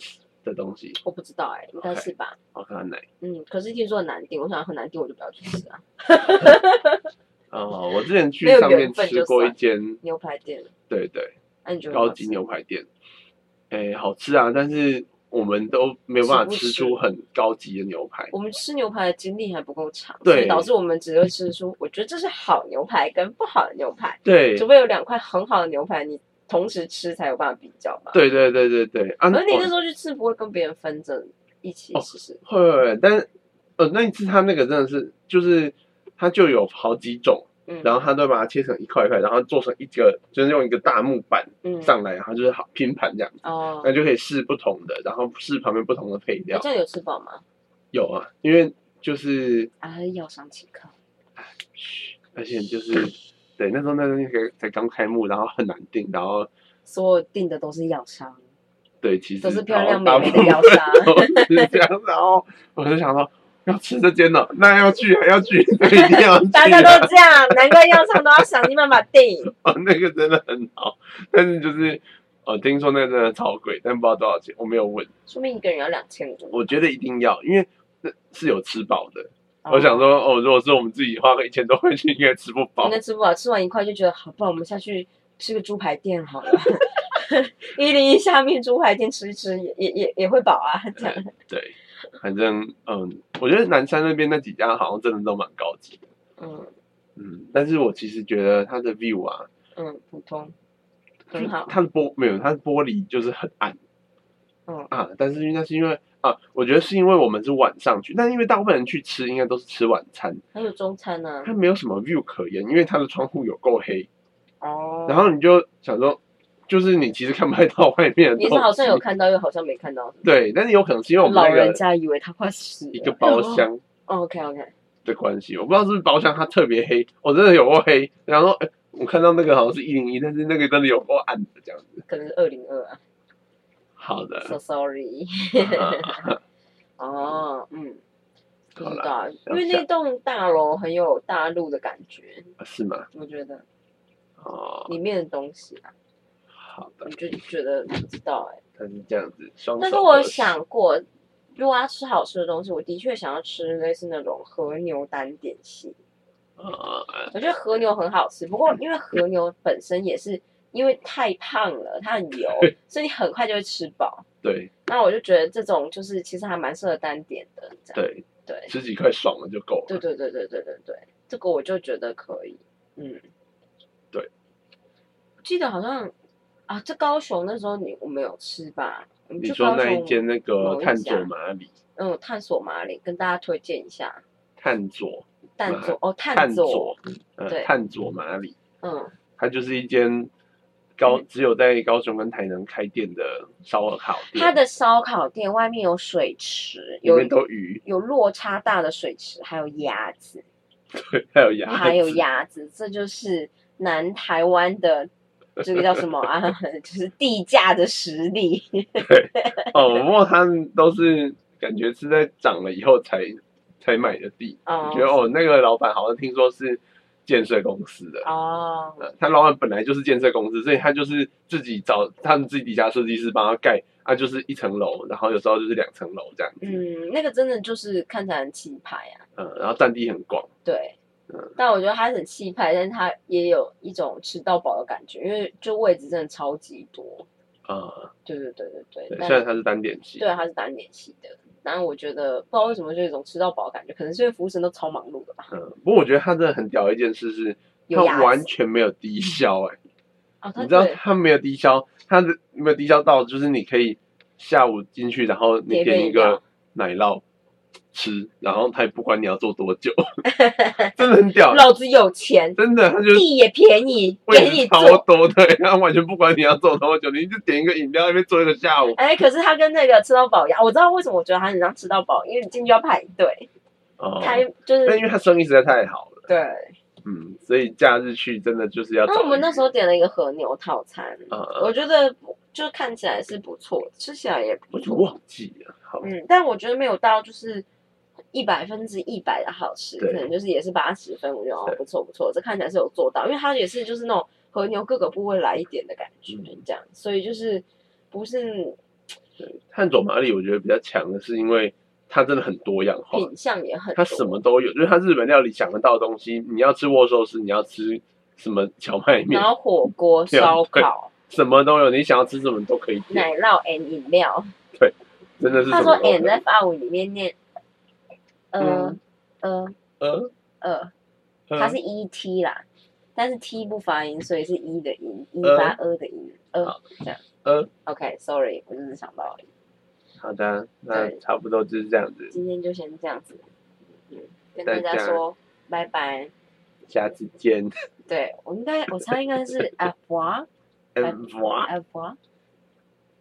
Speaker 2: 的东西，
Speaker 1: 我不知道哎，应该
Speaker 2: OK
Speaker 1: 是吧。
Speaker 2: 我看看哪一
Speaker 1: 嗯，可是听说很难订，我想很难订，我就不要去吃啊。
Speaker 2: 哦，我之前去
Speaker 1: 没有
Speaker 2: 上面
Speaker 1: 缘分
Speaker 2: 吃
Speaker 1: 就
Speaker 2: 过一
Speaker 1: 算
Speaker 2: 间，
Speaker 1: 牛排店，
Speaker 2: 对对，
Speaker 1: 那、你觉得
Speaker 2: 高级牛排店，哎，好吃啊，但是我们都没有办法
Speaker 1: 吃不
Speaker 2: 吃
Speaker 1: 吃
Speaker 2: 出很高级的牛排，
Speaker 1: 我们吃牛排的经历还不够长，
Speaker 2: 对
Speaker 1: 所以导致我们只会吃出，我觉得这是好牛排跟不好的牛排，
Speaker 2: 对
Speaker 1: 除，非有两块很好的牛排，你同时吃才有办法比较吧。，
Speaker 2: 对对对对对，啊，
Speaker 1: 而你
Speaker 2: 哦
Speaker 1: 那时候去吃不会跟别人分着一起
Speaker 2: 哦
Speaker 1: 试试。
Speaker 2: 会会会，但是呃那一次他那个真的是，就是它就有好几种，
Speaker 1: 嗯，
Speaker 2: 然后他都把它切成一块一块，然后做成一个就是用一个大木板
Speaker 1: 嗯
Speaker 2: 上来，然后就是好拼盘这样，
Speaker 1: 哦，
Speaker 2: 那就可以试不同的，然后试旁边不同的配
Speaker 1: 你
Speaker 2: 料
Speaker 1: 这。样有吃饱吗？
Speaker 2: 有啊，因为就是
Speaker 1: 啊，要上请客。
Speaker 2: 而且就是对那时候那东西才才刚开幕，然后很难定，然后
Speaker 1: 所有订的都是药商，
Speaker 2: 对其实
Speaker 1: 都是漂亮
Speaker 2: 然
Speaker 1: 美
Speaker 2: 后
Speaker 1: 眉
Speaker 2: 哦大部
Speaker 1: 的
Speaker 2: 分
Speaker 1: 药商。。
Speaker 2: 都是这样，然后我就想说。要吃这间了，那要去啊还要去， 那一定要去、啊
Speaker 1: 大家都这样，难怪药商都要想尽办法订。
Speaker 2: 哦，那个真的很好，但是就是呃，听说那个真的超贵，但不知道多少钱，我没有问。
Speaker 1: 说明一个人要两千五。
Speaker 2: 我觉得一定要，因为那是有吃饱的。我想说，哦，如果是我们自己花个一千多块钱，应该吃不
Speaker 1: 哦，
Speaker 2: 饱
Speaker 1: 应。该吃不饱，吃完一块就觉得好，不然我们下去吃个猪排店好了。一零一下面猪排店吃一吃也也也也会饱啊，这样。
Speaker 2: 对，反正嗯，我觉得南山那边那几家好像真的都蛮高级的。
Speaker 1: 嗯，
Speaker 2: 嗯，但是我其实觉得它的 view 啊，
Speaker 1: 嗯，普通，
Speaker 2: 就是
Speaker 1: 很好，
Speaker 2: 它的玻没有，它的玻璃就是很暗
Speaker 1: 嗯
Speaker 2: 啊，但是因为那是因为啊，我觉得是因为我们是晚上去，但因为大部分人去吃应该都是吃晚餐，
Speaker 1: 还有中餐呢、
Speaker 2: 它没有什么 view 可言，因为它的窗户有够黑，
Speaker 1: 哦，
Speaker 2: 然后你就想说，就是你其实看不太到外面的
Speaker 1: 你
Speaker 2: 东
Speaker 1: 是
Speaker 2: 西，
Speaker 1: 好像有看到，又好像没看到。
Speaker 2: 对，但是有可能是因哦为我们
Speaker 1: 老
Speaker 2: 那
Speaker 1: 人
Speaker 2: 个
Speaker 1: 家以为他快死了。哦
Speaker 2: 一个包
Speaker 1: 嗯
Speaker 2: 厢
Speaker 1: OK OK，
Speaker 2: 的关系，我不知道是不是包厢它特别黑，我真的有过黑，然后、呃我看到那个好像是一零一，但是那个真的有够暗的这样子。
Speaker 1: 可能是二零二啊
Speaker 2: 好的，
Speaker 1: ，so sorry。哦，嗯，不
Speaker 2: 好
Speaker 1: 知
Speaker 2: 啦
Speaker 1: 道，因
Speaker 2: 了
Speaker 1: 为
Speaker 2: 解
Speaker 1: 那栋大楼很有大陆的感觉，
Speaker 2: 是吗？
Speaker 1: 我觉得
Speaker 2: 哦，
Speaker 1: 里面的东西啊，
Speaker 2: 好的
Speaker 1: 我，就觉得不知道哎、
Speaker 2: 它是这样子，双手
Speaker 1: 但是我
Speaker 2: 合十
Speaker 1: 想过，如果要吃好吃的东西，我的确想要吃类似那种和牛单点系。
Speaker 2: 呃，
Speaker 1: 我觉得和牛很好吃，不过因为和牛本身也是因为太胖了，它很油，所以你很快就会吃饱。
Speaker 2: 对
Speaker 1: 那我就觉得这种就是其实还蛮适合单点的，这样
Speaker 2: 对，
Speaker 1: 对
Speaker 2: 吃几块爽了就够了。
Speaker 1: 对对对对对对对，这个我就觉得可以，嗯，
Speaker 2: 对。
Speaker 1: 记得好像啊，这高雄那时候你我们有吃吧？我们
Speaker 2: 你
Speaker 1: 去
Speaker 2: 说
Speaker 1: 高
Speaker 2: 那一
Speaker 1: 雄，
Speaker 2: 间那个
Speaker 1: 某一
Speaker 2: 探
Speaker 1: 家
Speaker 2: 索马里，
Speaker 1: 嗯，探索马里跟大家推荐一下，
Speaker 2: 探索
Speaker 1: 探索哦，
Speaker 2: 啊探
Speaker 1: 探索，
Speaker 2: 索，呃，
Speaker 1: 对
Speaker 2: 探索马里，
Speaker 1: 嗯，
Speaker 2: 它就是一间高只有在高雄跟台南开店的烧烤店，
Speaker 1: 它的烧烤店外面有水池，
Speaker 2: 里
Speaker 1: 有
Speaker 2: 面都鱼，
Speaker 1: 有落差大的水池，还有鸭子，
Speaker 2: 对，还有鸭，
Speaker 1: 还有，鸭子，这就是南台湾的这个叫什么啊？ 就是地价的实力。
Speaker 2: 哦，不过它都是感觉是在涨了以后才才买的地，
Speaker 1: 哦
Speaker 2: 我觉得哦，那个老板好像听说是建设公司的。
Speaker 1: 哦，
Speaker 2: 呃，他老板本来就是建设公司，所以他就是自己找他们自己底下设计师帮他盖，啊，就是一层楼，然后有时候就是两层楼这样子，
Speaker 1: 嗯，那个真的就是看起来很气派啊，
Speaker 2: 嗯、然后占地很广，
Speaker 1: 对
Speaker 2: 嗯。
Speaker 1: 但我觉得它很气派，但是它也有一种吃到饱的感觉，因为就位置真的超级多。
Speaker 2: 啊、
Speaker 1: 对对对对
Speaker 2: 对，
Speaker 1: 但
Speaker 2: 虽然它是单点系，
Speaker 1: 对啊，它是单点系的。然后我觉得不知道为什么就有一种吃到饱的感觉，可能是因为服务生都超忙碌的吧。
Speaker 2: 嗯、不过我觉得它真的很屌的一件事是，它
Speaker 1: 有鸭子
Speaker 2: 完全没有低消、欸，
Speaker 1: 啊，
Speaker 2: 哎，
Speaker 1: 他
Speaker 2: 你知道
Speaker 1: 对
Speaker 2: 它没有低消，它的没有低消到就是你可以下午进去，然后你
Speaker 1: 点一杯
Speaker 2: 点一
Speaker 1: 饮料
Speaker 2: 个奶酪吃，然后他也不管你要做多 久，真的很屌，
Speaker 1: 老子有钱，
Speaker 2: 真的，他就是
Speaker 1: 地也便宜，给
Speaker 2: 位
Speaker 1: 你
Speaker 2: 置超
Speaker 1: 坐。
Speaker 2: 多，对，他完全不管你要坐多久，你就点一个饮料，那边坐一个下午。
Speaker 1: 哎，可是它跟那个吃到饱一样，我知道为什么我觉得它很像吃到饱，因为你进去要排队，
Speaker 2: 哦，
Speaker 1: 它就
Speaker 2: 那
Speaker 1: 是
Speaker 2: 因为他生意实在太好了，
Speaker 1: 对。
Speaker 2: 嗯，所以假日去真的就是要找一
Speaker 1: 那
Speaker 2: 个。
Speaker 1: 我们那时候点了一个和牛套餐，
Speaker 2: 呃，
Speaker 1: 我觉得就看起来是不错，吃起来也不
Speaker 2: 我就
Speaker 1: 错，
Speaker 2: 忘记了，好，
Speaker 1: 嗯，但我觉得没有到就是一百分之一百的好吃，
Speaker 2: 对
Speaker 1: 可能就是也是八十分，我觉得哦
Speaker 2: 对
Speaker 1: 不错不错，这看起来是有做到，因为它也是就是那种和牛各个部位来一点的感觉，
Speaker 2: 嗯
Speaker 1: 这样，所以就是不是
Speaker 2: 探索马里我觉得比较强的是因为它真的很多样化，
Speaker 1: 品相也很
Speaker 2: 它
Speaker 1: 多，
Speaker 2: 什么都有，就是它日本料理想得到的东西，你要吃握寿司，你要吃什么荞麦面
Speaker 1: 然，后火锅、
Speaker 2: 对
Speaker 1: 烧烤、
Speaker 2: 什么都有，你想要吃什么都可以点，
Speaker 1: 奶酪 and 饮料。
Speaker 2: 真的是
Speaker 1: 他
Speaker 2: 什
Speaker 1: 说欸
Speaker 2: 么都
Speaker 1: and
Speaker 2: 有
Speaker 1: 在。法文里面念，呃
Speaker 2: 嗯
Speaker 1: 呃
Speaker 2: 呃，
Speaker 1: 呃，
Speaker 2: 呃
Speaker 1: 它是 e t 啦，但是 t 不发音，所以是 e 的音，e
Speaker 2: 呃
Speaker 1: 发 e 的音，呃
Speaker 2: 好
Speaker 1: 这样。
Speaker 2: 呃
Speaker 1: OK，sorry，我只是想到而已，
Speaker 2: 好的，那
Speaker 1: 对
Speaker 2: 差不多就是这样子，
Speaker 1: 今天就先这样子，嗯，跟
Speaker 2: 大
Speaker 1: 大家
Speaker 2: 家
Speaker 1: 说拜拜。
Speaker 2: 下次见，
Speaker 1: 对我应该，我猜应该是 a v o
Speaker 2: 嗯， 哇
Speaker 1: a v o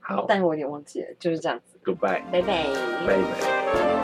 Speaker 2: 好
Speaker 1: 但是我有点忘记了，就是这样子，
Speaker 2: ，Goodbye，
Speaker 1: 拜拜。
Speaker 2: 拜拜。